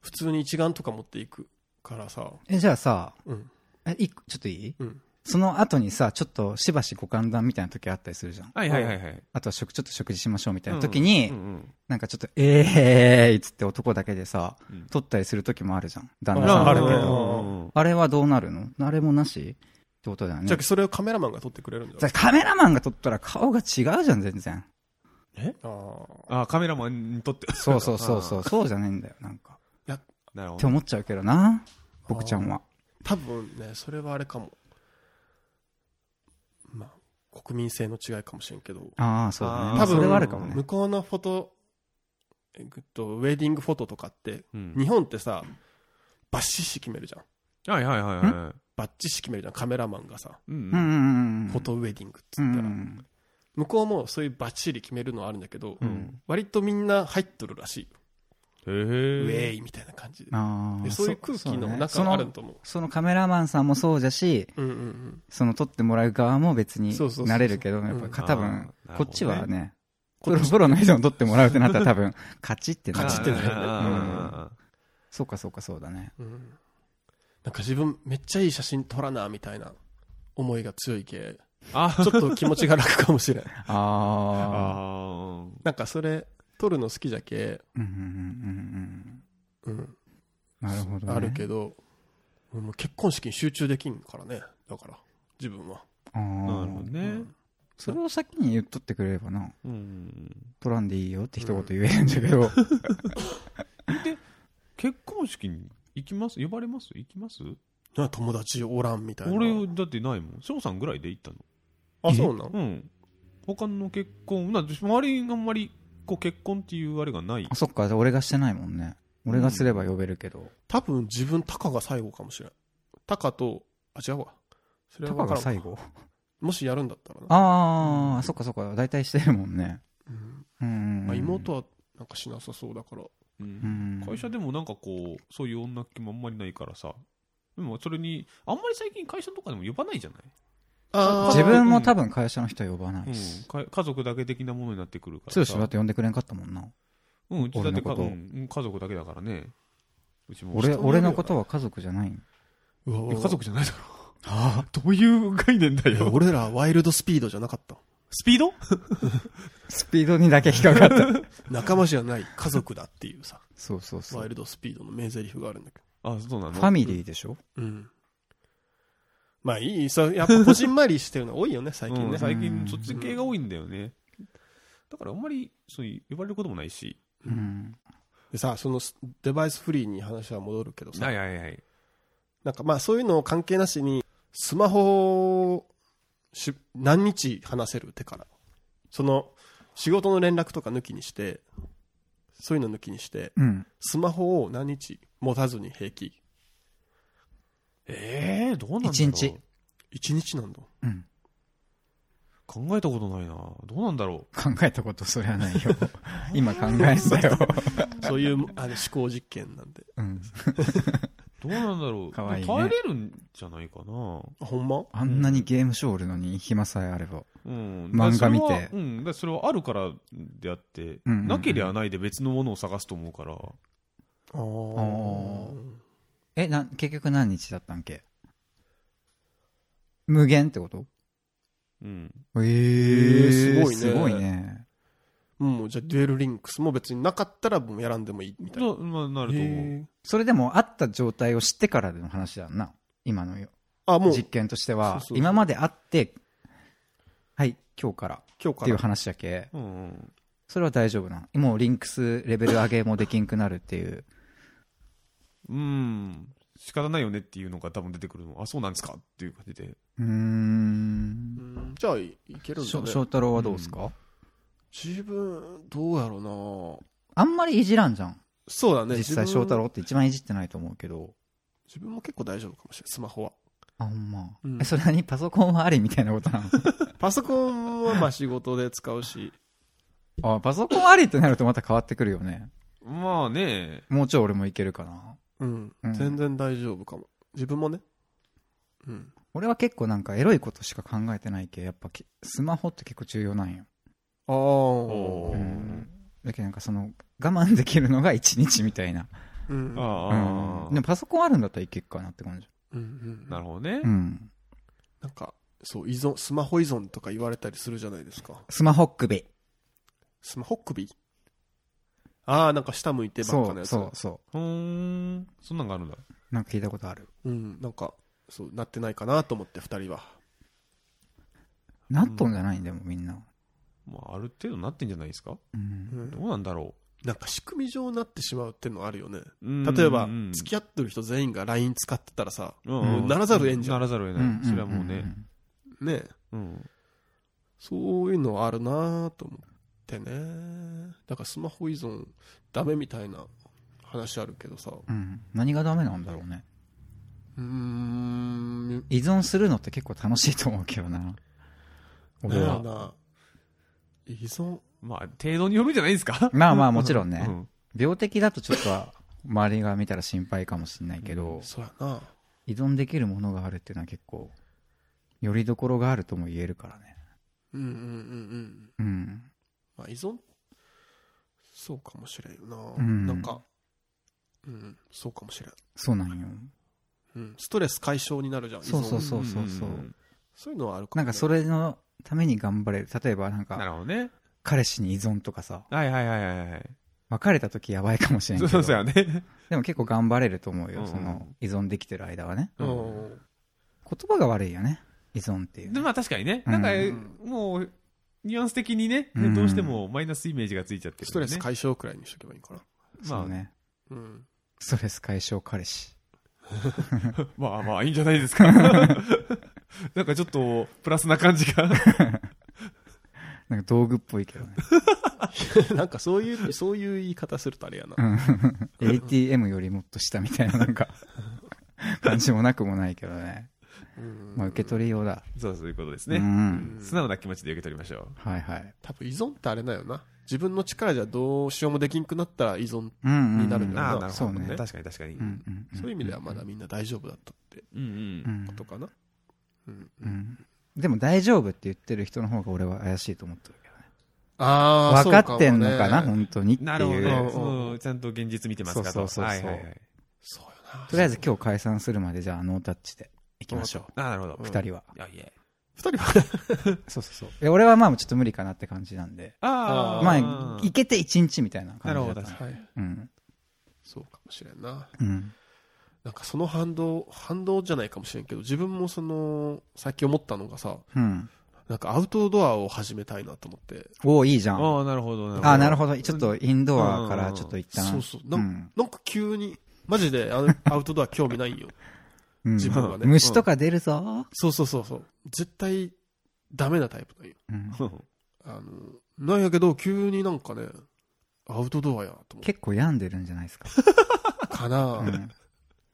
普通に一眼とか持っていくからさ
え、じゃあさ、
うん
え、いちょっといい
うん
その後にさ、ちょっとしばしご歓談みたいな時あったりするじゃん。
はいはいはいはい。
あとは食、ちょっと食事しましょうみたいな時に、
うんうん
なんかちょっと、えーいっつって男だけでさ
うん、
撮ったりする時もあるじゃん。旦
う
那
ん
さん
あ
だ
る
け
ね
ど。あれはどうなるのあれもなしってってことだよね
じゃあそれをカメラマンが撮ってくれるん
じ
だ
ゃあカメラマンが撮ったら顔が違うじゃん全然
ああ
あ、カメラマンにとって。
そうそうそうそうそうじゃねえんだよなんか
なるほ
って
ど。
思っちゃうけどな僕ちゃんは
多分ねそれはあれかもまあ国民性の違いかもしれんけど
ああそうだね
あー
まあ
多分
それはあるかも
向
ね
こうのフォト、えっと、ウェディングフォトとかって
うん
日本ってさバッチシ決めるじゃん
はいはいはいは
バッチシ決めるじゃんカメラマンがさ
い。うん
うんうんうん
フォトウェディングっつ
う
ったら、
ん
向こうもそういうバッチリ決めるのはあるんだけど、
うん
割とみんな入っとるらしいよ、
へ
ウェ
え。
ーイみたいな感じで
あ
で
あ
そういう空気の中
そ
がある
の
と思う
そのカメラマンさんもそうじゃし
うんうんうん
その撮ってもらう側も別に
そうそうそう
なれるけどやっぱか多
うんあーなるほど
分
ね
こっちはねプ
こっ
ロ
ち
プロの人に撮ってもらうってなったら多分勝ちってなる
勝ちってなるよね
あ
そうかそうかそうだね
うんなんか自分めっちゃいい写真撮らなみたいな思いが強い系
ーあ
ちょっと気持ちが楽かも しれん
ああ
あ
なんかそれ撮るの好きじゃけ、
うんうんうん
うん
うんなるほどね
あるけど俺もう結婚式に集中できんからねだから自分は、
あー
なるほどね。
それを先に言っとってくれればな
うん。
取らんでいいよって一言言えるんだけ ど、
結婚式に行きます呼ばれます行きます
な友達おらんみたいな
俺、だってないもん。翔さんぐらいで行ったの。
あそうなん
うん。他の結婚、な周りがあんまり、こう、結婚っていうあれがない
あ。そっか俺がしてないもんね俺がすれば呼べるけど、
多分自分タカが最後かもしれんタカとあ違うわそれ
タ
は
カが
分からんわ
最後
もしやるんだったらな、
ああそっかそっか大体してるもんね
うん
うんうんうん、
まあ、妹はなんかしなさそうだから
うん
うん
会社でもなんかこうそういう女っ気もあんまりないからさでもそれにあんまり最近会社とかでも呼ばないじゃない、
あー
自分も多分会社の人は呼ばな
う
い
ん
し、
か家族だけ的なものになってくるから
剛、だっ
さ
て呼んでくれんかったもんな
うんうちだってか
俺のこと
うんうん家族だけだからねうちも
俺
人によるよな
俺のことは家族じゃない
うんうわう
い
わう
や
わ
家族じゃないだろどういう概念だ
いや
よ
俺らワイルドスピードじゃなかった
スピード
スピードにだけ引っかかった
仲間じゃない家族だっていうさ
そうそうそ
ワイ
う
ルドスピードの名台詞があるんだけ
あそうなの
ファミリーでしょ
どうんまあいいそうやっぱこじんまりしてるの多いよね最
最
近
近,、
ね、
最近そっち系が多いんだよねだからあんまりそういう呼ばれることもないし
うん、
でさそのデバイスフリーに話は戻るけどさ
はいはいはい
なんかまあそういうの関係なしに、スマホをし何日話せる手から。その仕事の連絡とか抜きにして、そういうの抜きにして、
うん、
スマホを何日持たずに平気。
えー、どうなんだろう
一日
1日なんだ。
うん、
考えたことないなどうなんだろ
考えたことそりゃない よ今考えたよ、
そういうあの思考実験なんで。
うん、
うどうなんだ ろう
かわいいね
耐えれるんじゃないかな
あほんま
あんなにゲームショーおるのに暇さえあれば
うん、
漫画見て
だからそれはうん、だからそれはあるからであって、
うんうんうん
なけりゃないで別のものを探すと思うから、
あー
えな結局何日だったんけ無限ってこと
うん、
ええ
ーすごいね
すごいね
もうじゃあデュエルリンクスも別になかったらもうやらんでもいいみたいな。
とまあ、なると思う。
へー
それでもあった状態を知ってからの話だな今のよ
あ、もう
実験としては
そうそうそう
今まであってはい今日から
今日
っ
か
ていう
ら。
話だけ
うんうん、
それは大丈夫なのもうリンクスレベル上げもできんくなるっていう
うん、仕方ないよねっていうのが多分出てくるの、あ、そうなんですかっていう感じで、
うーん
うんじゃあいいけるん
し
だ
ょ
ね。
翔太郎はどうですか、
自分、どうやろうな
あんまりいじらんじゃん
そうだね
実際
自
翔
分
太郎って一番いじってないと思うけど
自分も結構大丈夫かもしれないスマホは
あほんま、
うん
えそれにパソコンはありみたいなことな
パソコンはまあ仕事で使うし
のあパソコンありってなるとまた変わってくるよね
まあね、
もうちょい俺もいけるかな
うん、
うん
全然大丈夫かも自分もねうん
俺は結構なんかエロいことしか考えてないけやっぱきスマホって結構重要なんよ
あ
おー
う
あ
んだけどなんかその我慢できるのが1日 みたいな、
うん
あ
う
あああ、
ん、でもパソコンあるんだったらいけっかなって感じ
うんうん
なるほどね、
うん
なんかそう依存スマホ依存とか言われたりするじゃないですか
スマホっ首
スマホ首ああなんか下向いてば
そ
っかの
う
やつ
そうそう
ほーん、そんなんがあるんだ。
なんか聞いたことある
うんなんかそうなってないかなと思って2人は
なっとんじゃないんでもみんな。
まあ、ある程度なってんじゃないですか
うん。
どうなんだろ
なんか仕組み上なってしまうってのあるよね
ううん
例えば
うん
付き合ってる人全員が LINE 使ってたらさ
うん
うんならざるを得んじゃ
な
ん
らざるを得
うんうんうん
ない。
うん
それはもうね。。
ね
うん。
そういうのはあるなと思ってねだからスマホ依存ダメみたいな話あるけどさ
うん。何がダメなんだろうね。
うーん
依存するのって結構楽しいと思うけどな。
な
俺
んや
は
ろ。な依存
まあ、程度によるんじゃないですか
まあまあもちろん
う
ね。
ん。
病的だとちょっとは周りが見たら心配かもしれないけど、
そうやな
依存できるものがあるっていうのは結構、よりどころがあるとも言えるからね。
うんうんうんうん
うん。
まあ依存そうかもしれんよな、
ん
なんかうんそうかもしれん、
そうなんよ。
うん、ストレス解消になるじゃん依存
そうそうそうそうそう。
ん
そういうのはあるか
な
もね、
んかそれのために頑張れる。例えばなん
な
か、
るほどね。
彼氏に依存とかさ、
はいはいはいはいはい。
別れた時やばいかもしれ ん
そ
け
うそう
ど。
そうやね。
でも結構頑張れると思う
う
よ、
んうん
その依存できてる間はね。
う
うん
ん
言葉が悪いよね、依存っていう
で、
ね。
まあ確かにね。
うん
なんか、もう、ニュアンス的にね、
うん
どうしてもマイナスイメージがついちゃってるんでね。
ストレス解消くらいにしとけばいいんかな
ま
そ
あ
う
ね。
ね。
うん
ストレス解消彼氏。
まあまあ、いいんじゃないです か。なんかちょっと、プラスな感じ が。
なんか道具っぽいけどね。
なん かそういう、そういう言い方するとあれやな
う。ん ATM よりもっと下みたいなな んか感じもなくもないけどね。
うん
まあ受け取りようだ。
そうそういうことです
う
ね。
ん。
素直な気持ちで受け取りましょ
はいはい。
多分依存ってあれだよな。自分の力じゃどうしようもできんくなったら依存。
うんうんうん。
になる
う。
んだ
ああ、
な
なる
る
ほ
そう
どね。
ね。
確かに確かに。う
うんんんん
そういう意味ではまだみんな大丈夫だったって
う。
うんん
ことかな。うん。
うんでも大丈夫って言ってる人の方が俺は怪しいと思ってるけどね。
ああ、
分かってんのかな、
そうもね
本当にって
なるほ
い
ど
う。
ね。そのちゃんと現実見てますかと。
そうそうそうそう
はいはいはい。
そうよな。
とりあえず今日解散するまでじゃあノータッチでいきましょ
ああ、なるほど。
う。二人は。
いやいや。
二人 は
そうそうそう。で俺はまあちょっと無理かなって感じなんで。
ああ。
まあ、いけて1日みたいな感じ
なるほど
だった
確か
はい。
うん。
そうかもしれんな。
うん。
なんかその反動、反動じゃないかもしれんけど、自分もその、さっき思ったのがさ、
うん。
なんかアウトドアを始めたいなと思って。
おお、いいじゃん。
ああ、なるほど。
あ、なるほど。ちょっとインドアからちょっと一旦。
そうそう。なん
うん
なんか急に、マジ であのアウトドア興味ないんよ。
うん
自分はね
虫とか出るぞ。
そうそうそうそう。絶対、ダメなタイプなんよ。
うん
ど。
あの、なんやけど、急になんかね、アウトドアやと思って
結構病んでるんじゃないですか。
かな、
うん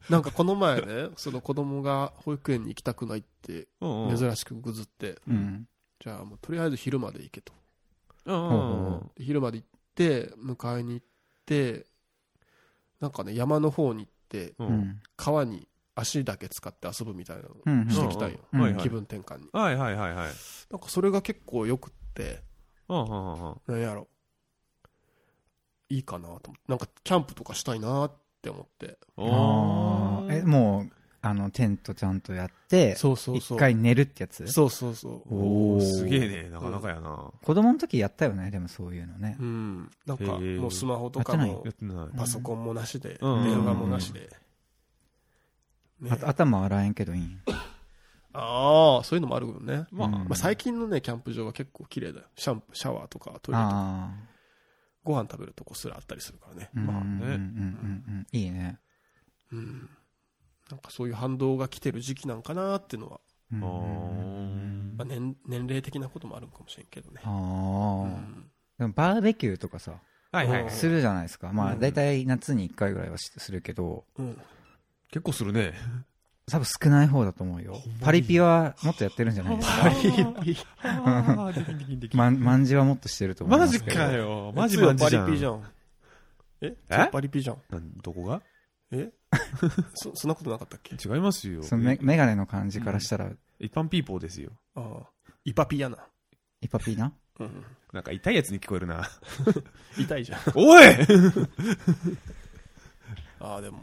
なんかこの前ね、その子供が保育園に行きたくないって、
うんうん。
珍しくぐずって、
うん。
じゃあもうとりあえず昼まで行けと。
うんうんうん。
で昼まで行って、迎えに行って、なんかね、山の方に行って、
う
うんん。
川に足だけ使って遊ぶみたいなの
う
し
ん
てきたんよ。
うん
はいはい
気分転換に。
はいはいはいはい。
なんかそれが結構良くって、
うんうんうんうん。
なんやろいいかなと思ってなんかキャンプとかしたいなって思って
あーえ、もう、あの、テントちゃんとやって、
そうそうそ
一
う
回寝るってやつ
そうそうそう
おー
すげえね。なかなかやな。
子供の時やったよね、でもそういうのね
う。んなんか
へー
もうスマホとか
やっ
も
やってない。
パソコンもなしで電
うん
話もなしでね
あと頭洗えんけどいいん。
ああそういうのもあるけどね
まあ、
うん
まあ最近のねキャンプ場は結構綺麗だよシャンプーシャワーとかトイレとか
ああ。
ご飯食べるとこすらあったりするからね
まあね
うんうんうんうんうんいいね。
うんなんかそういう反動が来てる時期なんかなっていうのは、
うん
あ
まあ、年年齢的なこともあるんかもしれんけどね
あ
う
ー
ん
でもバーベキューとかさ、
ーはいはいはい。
するじゃないですか。まあ、
うん
大体夏に1回ぐらいはしするけど、
うん
結構するね。
多分少ない方だと思うよ。パリピはもっとやってるんじゃないですか。
パリピ。 あーできんできんできん
まん、まんじはもっとしてると思い
マ
ま
ジ
すけど。
かよ。マジ
つよ
マジじゃ
パリピじゃ
ん。
ん。え
え
つよパリピじゃん。
なんどこが
えそ、そんなことなかったっけ
違いますよ。
そのメメガネの感じからしたら、
一般ピーポーですよ。
ああ。イパピやな。
イパピーな
うん。
なんか痛いやつに聞こえるな。
痛いじゃん。
お い
ああ、でも、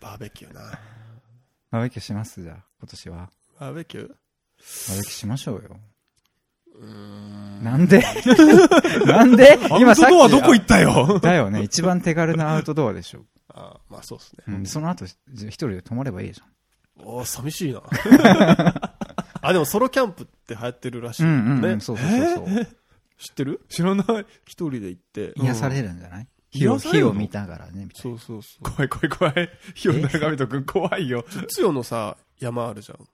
バーベキューな。
バーベキューしますじゃあ、今年は。バ
バーベキュー
ーベキューしましょうよ。
うーん。
なんでなんで今さっき。
アウトドアどこ行った よ
だよね。一番手軽なアウトドアでしょ。
ああ、まあそうっすね。
うん、その後、じゃあ一人で泊まればいいじゃん。
ああ、寂し いな。あ、でもソロキャンプって流行ってるらしい
うん
よ
うんうん、
ね。
そうそうそうそう。
知ってる
知らない。
一人で行って。
癒されるんじゃない火を
癒され
火
るの
を見ながらね、みたい
そうそうそう。
怖 い怖い怖い。ひよ長見とくん怖いよ。
つよのさ、山あるじゃん。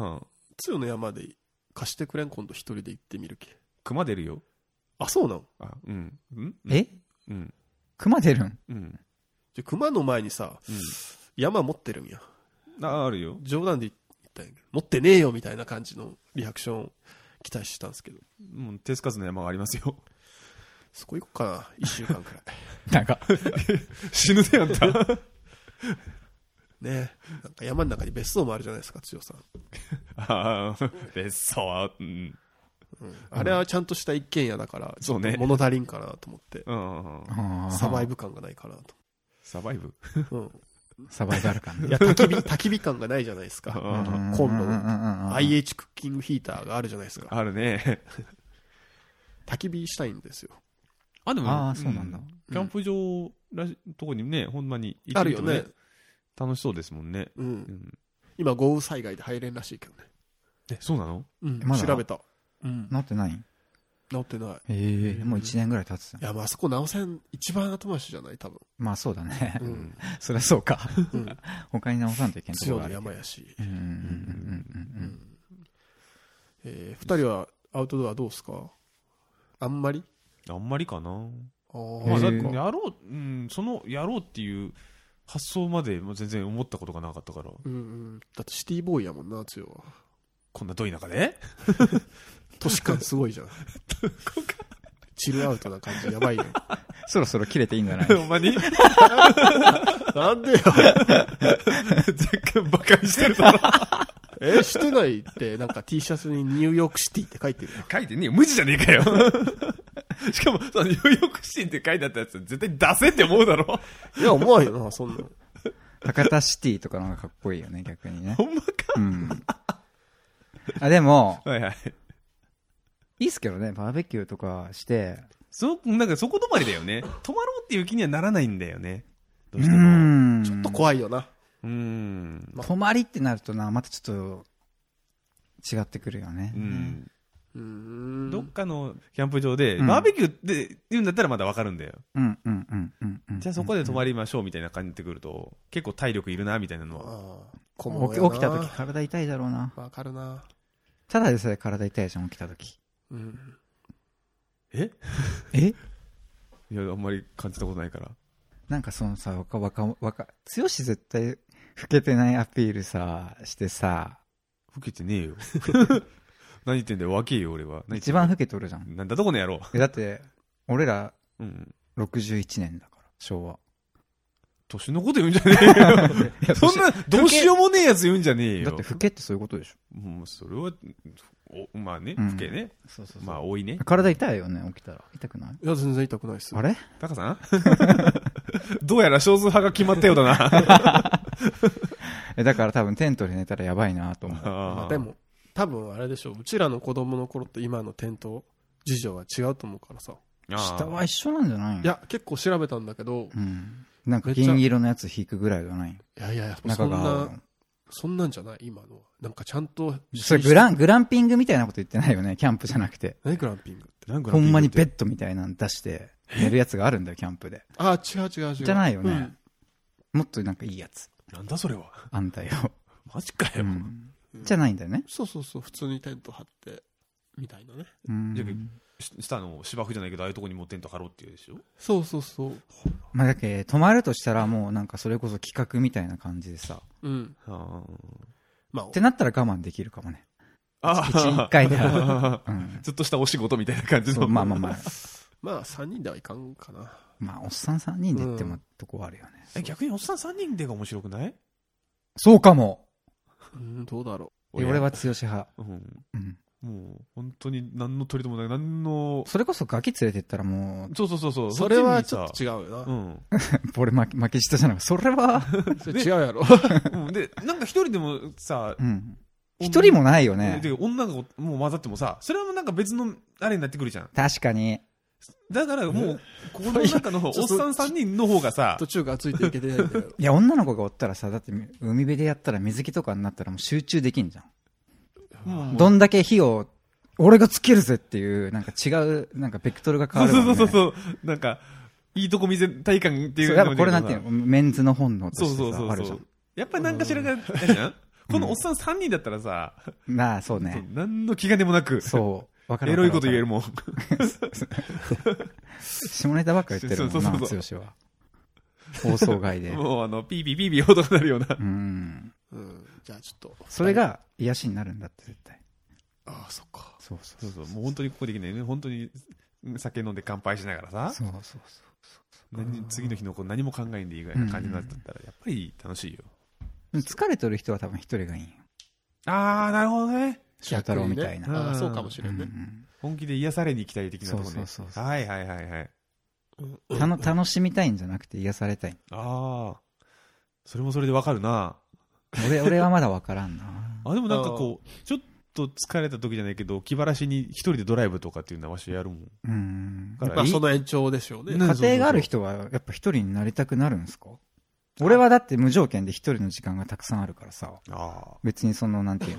うん。
つよの山で貸してくれん今度一人で行ってみるけ。
熊出るよ。
あ、そうなの
あ、うん。うん
な。え
うん。
熊出るん
うん。
じゃ、熊の前にさ、山持ってるんや。
うん。あ、あるよ。
冗談で言ったんやけど、持ってねえよみたいな感じのリアクションを期待してたんですけど。
もう手つかずの山がありますよ。
そこ行こうかな。一週間くらい。
なんか、
死ぬでやん た。
ねえなんか山の中に別荘もあるじゃないですか、つよさん。
ああ、別荘は、うん。
うんあれはちゃんとした一軒家だから、
そうね
物足りんかなと思って。
うん。
あー
サバイブ感がないかな
サバイブ
と。うん。
サバイバル感ね
いや、焚き火、 焚き火感がないじゃないです
う
か。
うんうんうん
ん
うん
コンロ
うんうんうん
IH クッキングヒーターがあるじゃないですか。
あるね。
焚き火したいんですよ。
あ、でも、
あーそうなんだ
キャンプ場らし、とこにね、ほんまに行
あ
って
る
みて
よ
も
ね。。
楽しそうですもんね。
う。
うんん。
今、豪雨災害で入れんらしいけどね。
え、そうなの
うん。
まだ
調べた。うん。
なってない
治ってない。
ええ、もう1年ぐらい経つ
いや、まああそこ直せん、一番後回しじゃない多分。
まあそうだね
う。ん。
そりゃそうか。
うん。
他に直さんといけんとこ
強
ろが
の
ある。
山やし。
うんうんうん
う
うんうん。
ん。えー二人はアウトドアどうですかあんまり
あんまりかな。
あー
まあ、
へ
だ
ー
ってやろう、うん、その、やろうっていう発想までもう全然思ったことがなかったから、
うんうん。だってシティボーイやもんな、強は。
こんなどい中で
都市感すご いじゃん。チルアウトな感じやばいよ。
そろそろ切れていいんじ ゃない
ほんまに
なんでよ。
若干馬鹿にしてるだろ。
え、してないって、なんか T シャツにニューヨークシティって書いてるよ。
書いてねえよ無地じゃねえかよ。 しかも、その、ニューヨークシーンって書いてあったやつ、絶対出せって思うだろ。
いや、思わんよな、そんなの。
博多シティとかの方がかっこいいよね、逆に ね。
ほんまか。
うん。あ、でも、
はいはい。
いいっすけどね、バーベキューとかして、
そ、なんかそこ止まりだよね。止まろうっていう気にはならないんだよね。どう
う
しても。
ん。
ちょっと怖いよな。
うん。
泊まりってなるとな、またちょっと違ってくるよね。
うん。
うーん。
どっかのキャンプ場で、
うん
バーベキューって言うんだったらまだわかるんだよ。
うんうんうんうんうん。
じゃあそこで泊まりましょうみたいな感じになってくると、結構体力いるなみたいなのは。
ああ、こも
起き起きた時体痛いだろうな。
わかるな。
ただでさえ体痛いじゃん、起きた時。
うん。
え
え
いや、あんまり感じたことないから。
なんかそのさ、若、若、若、強し絶対、老けてないアピールさ、してさ、
老けてねえ よ。何言ってんだよ、若えよ俺は。何言って
一
んだよ
番老けとるじゃん。
なんだとこの野郎。
えだって、俺ら
うん。
61年だから、昭 和。
年のこと言うんじゃね えよ。
いや
そんな、どうしようもねえやつ言うんじゃねえよ。
だって老けってそういうことでしょ。
もうそれは、おまあね、
うん
不けね。
そうそ
まあ、多いね。
体痛いよね、起きたら。痛くない
いや、全然痛くないっすよ。
あれ
タカさん どうやら少数派が決まったようだな。
え、だから多分テントで寝たらやばいなと思う。
ま
あ
あ
ー
で。も、多分あれでしょう。うちらの子供の頃と今の店頭事情は違うと思うからさ。
あー
下は一緒なんじゃないの
い、や、結構調べたんだけど、
うん。なんか
めっちゃ
銀色のやつ引くぐらいじゃない
いやいや、やっぱ
中
そん
が青
な
の、。
そんなんじゃない今のは。なんかちゃんと。
それグラン、グランピングみたいなこと言ってないよね、キャンプじゃなくて。
何グランピングって。
なんか
ほんまにベ
ッ
ッドみたいなの出して、寝るやつがあるんだよ、キャンプで。
ああ、違う違う違う。
じゃないよね
うん
もっとなんかいいやつ。
なんだそれは。
あんだよ。
マジか
う
よ。
んじゃないんだよね。
そうそうそう、普通にテント張って、みたいなね。
うん
じゃし下の芝生じゃないけど、ああいうとこにもテント張ろうっていうでしょ
そうそうそう。
まあ、だけ泊まるとしたらもうなんかそれこそ企画みたいな感じでさ。
うん。
あ
まあ
って、なったら我慢できるかもね。
あ
一日一回である。
あ
う
ー。
ん。
ちょっとしたお仕事みたいな感じ
そ
の。
うまあまあまあ。
まあ、3人ではいかんかな。
まあ、おっさん3人でってもとこはあるよね。
え逆におっさん3人でが面白くない
そうかも
うん、どうだろ
え俺は強し派。
うん。
うん。
もう、本当に何の取りともない。何の、
それこそガキ連れてったらも
そうそうそうそう。
う。それはち
そ
ょ
っ
っ
ち
と違うよ
にさうん。
う、俺負け負けしたじゃなくそれ は、
な。それ違うやろ。
うんで、なんか一人でもさ、
うん。 一人もないよ
ね
ね。
女がもう混ざってもさ、それはもうなんか別のあれになってくるじゃん。
確かに。
だからもう、この中 の方、おっさん3人の方がさ
途、中からついていけてないんだよ
いや、女の子がおったらさ、だって海辺でやったら水着とかになったらもう集中できんじゃん。
もう
どんだけ火を、俺がつけるぜっていう、なんか違う、なんかベクトルが変
そう
わるもん
そ
ね、
うそうそう、なんか、いいとこ見せたい感っていう
そう
の
や
も
っぱこれなんていうの、メンズの本能と
そう
し
そ
て
う
さ、
そ
あ
うそ
るじゃ
う。やっぱり何かしらが、あれじゃんこのおっさん3人だったらさ、
ん。なあ、そうね。
何の気兼ねもなく、
そう。わかる
エロいこと言えるもん。
下ネタばっか言ってるもんな、
そうそうそう
剛は。放送外で。
もうあの、ピーピーピーピー音がなるような。
うん。
うんじゃあちょっと
それが癒しになるんだって、絶対。
ああそっか
そうそ
そ
うそうう。
そう、もう本当にここできないね。本当に酒飲んで乾杯しながらさ、
そうそうそう。
何次の日のこと何も考えんでいいぐらいな感じになったったら、やっぱり楽しいよ。
でも疲れとる人は多分一人がいいよ。
あー、なるほどね。
翔太郎みたいな。
逆にね
ああそうかもし
う
れ
ん
ん
う
ね
ん
本気で癒されに行きたい的なところね。
そうそうそうそう
はいはいはいはい。
たの楽しみたいんじゃなくて癒されたい。
ああ、それもそれでわかるな。
俺、俺はまだわからんな。
あ、でもなんかこう、ちょっと疲れた時じゃないけど、気晴らしに一人でドライブとかっていうのはわしやるもん。
うん。
だから
まあ
いい
その延長でしょうね
ね
家庭がある人はやっぱ一人になりたくなるんですか俺はだって無条件で一人の時間がたくさんあるからさ。
ああ、
別にその、なんていう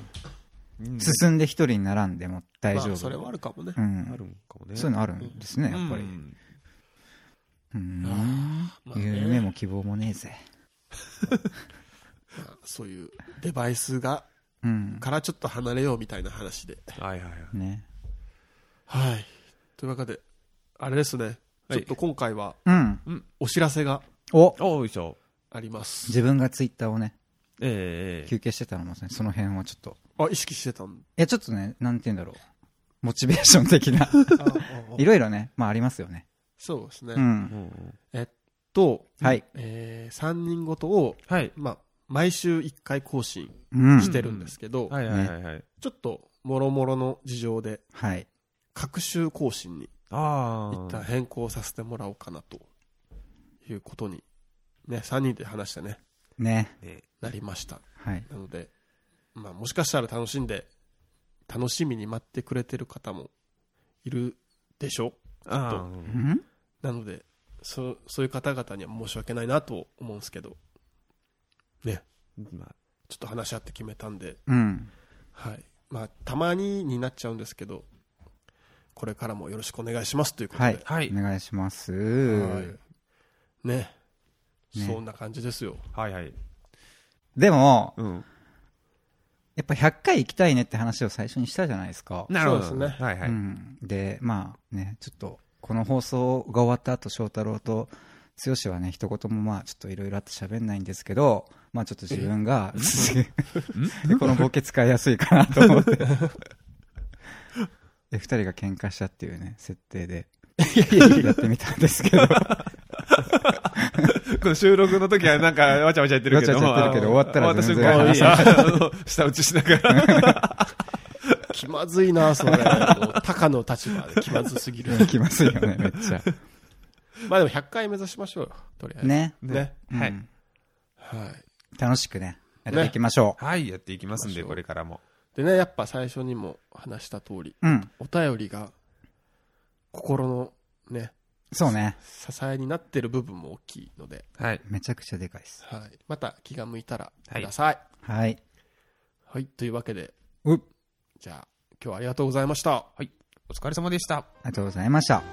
う
の、
ん
進んで一人にならんでも大丈
ま
夫。
あそれはあるかもね
うん。
あるんかもね。
そういうのあるんですね、やっぱり。
う
うんーん。
まあね
夢も希望もねえぜ。
まあそういうデバイスが
うん。
からちょっと離れようみたいな話で
はいはいはい。
ね。
はいというわけであれですね
は
ち
い
ょっと今回は
うん。
お知らせが
お
ああ、よいしょ。
あります
自分がツイッターをね、
ええええ
休憩してたのもね、その辺はちょっと。
あ意識してたん
いや、ちょっとね、なんて言うんだろう。モチベーション的 な。
ああ
いろいろね、まあありますよね。
そうですね、
うん。
うんうん
えっと、
はい。
えー、3人ごとを、
はい。
まあ、毎週1回更新
うん。
してるんですけど、
はいはいはいはい。
ちょっともろもろの事情で
はい。
各週更新に
ああ。
一旦変更させてもらおうかなということに、ね、3人で話したね
ね。
なりました
はい。
なので、まあ、もしかしたら楽しんで楽しみに待ってくれてる方もいるでしょ
ああ
と
うん
なのでそそういう方々には申し訳ないなと思うんですけどね
まあ
ちょっと話し合って決めたんで、
うん。
はいまあ、たまにになっちゃうんですけどこれからもよろしくお願いしますということで、
はい。
はい
お願いします。
はいね
ね
そんな感じですよ
はいはい。
でも、
うん。
やっぱ100回行きたいねって話を最初にしたじゃないですか。
なるほど。
そうです
はいはい。
うん、で、まあね、ちょっと、この放送が終わった後、翔太郎と剛はね、一言もまあ、ちょっといろいろあって喋んないんですけど、まあちょっと自分が、 このボケ使いやすいかなと思 って。で、二人が喧嘩したっていうね、設定で、やってみたんです けど、
この収録の時は なんか、わちゃわちゃやってるけど。
わちゃわちゃやってるけど
あの
終わったら全然
終わった瞬 間、 あの舌打ちしながら。
気まずいなそれもう高の立場で気まずす ぎる
きますよね、めっちゃ。
まあでも100回目指しましょうよとりあえず
ね。
ね
は
う
い。
ん
はい
楽しくね、やっていきましょ
はい、やっていきますんで、これからも。
でねやっぱ最初にも話した通り
う。うん。
お便りが心のね
そうね。
支えになってる部分も大きいので、
はい。
めちゃくちゃでかいです。
はい、また気が向いたらください、
はい。
はいというわけで
うっ
じゃあ今日はありがとうございました
お疲れ様でした。
ありがとうございました。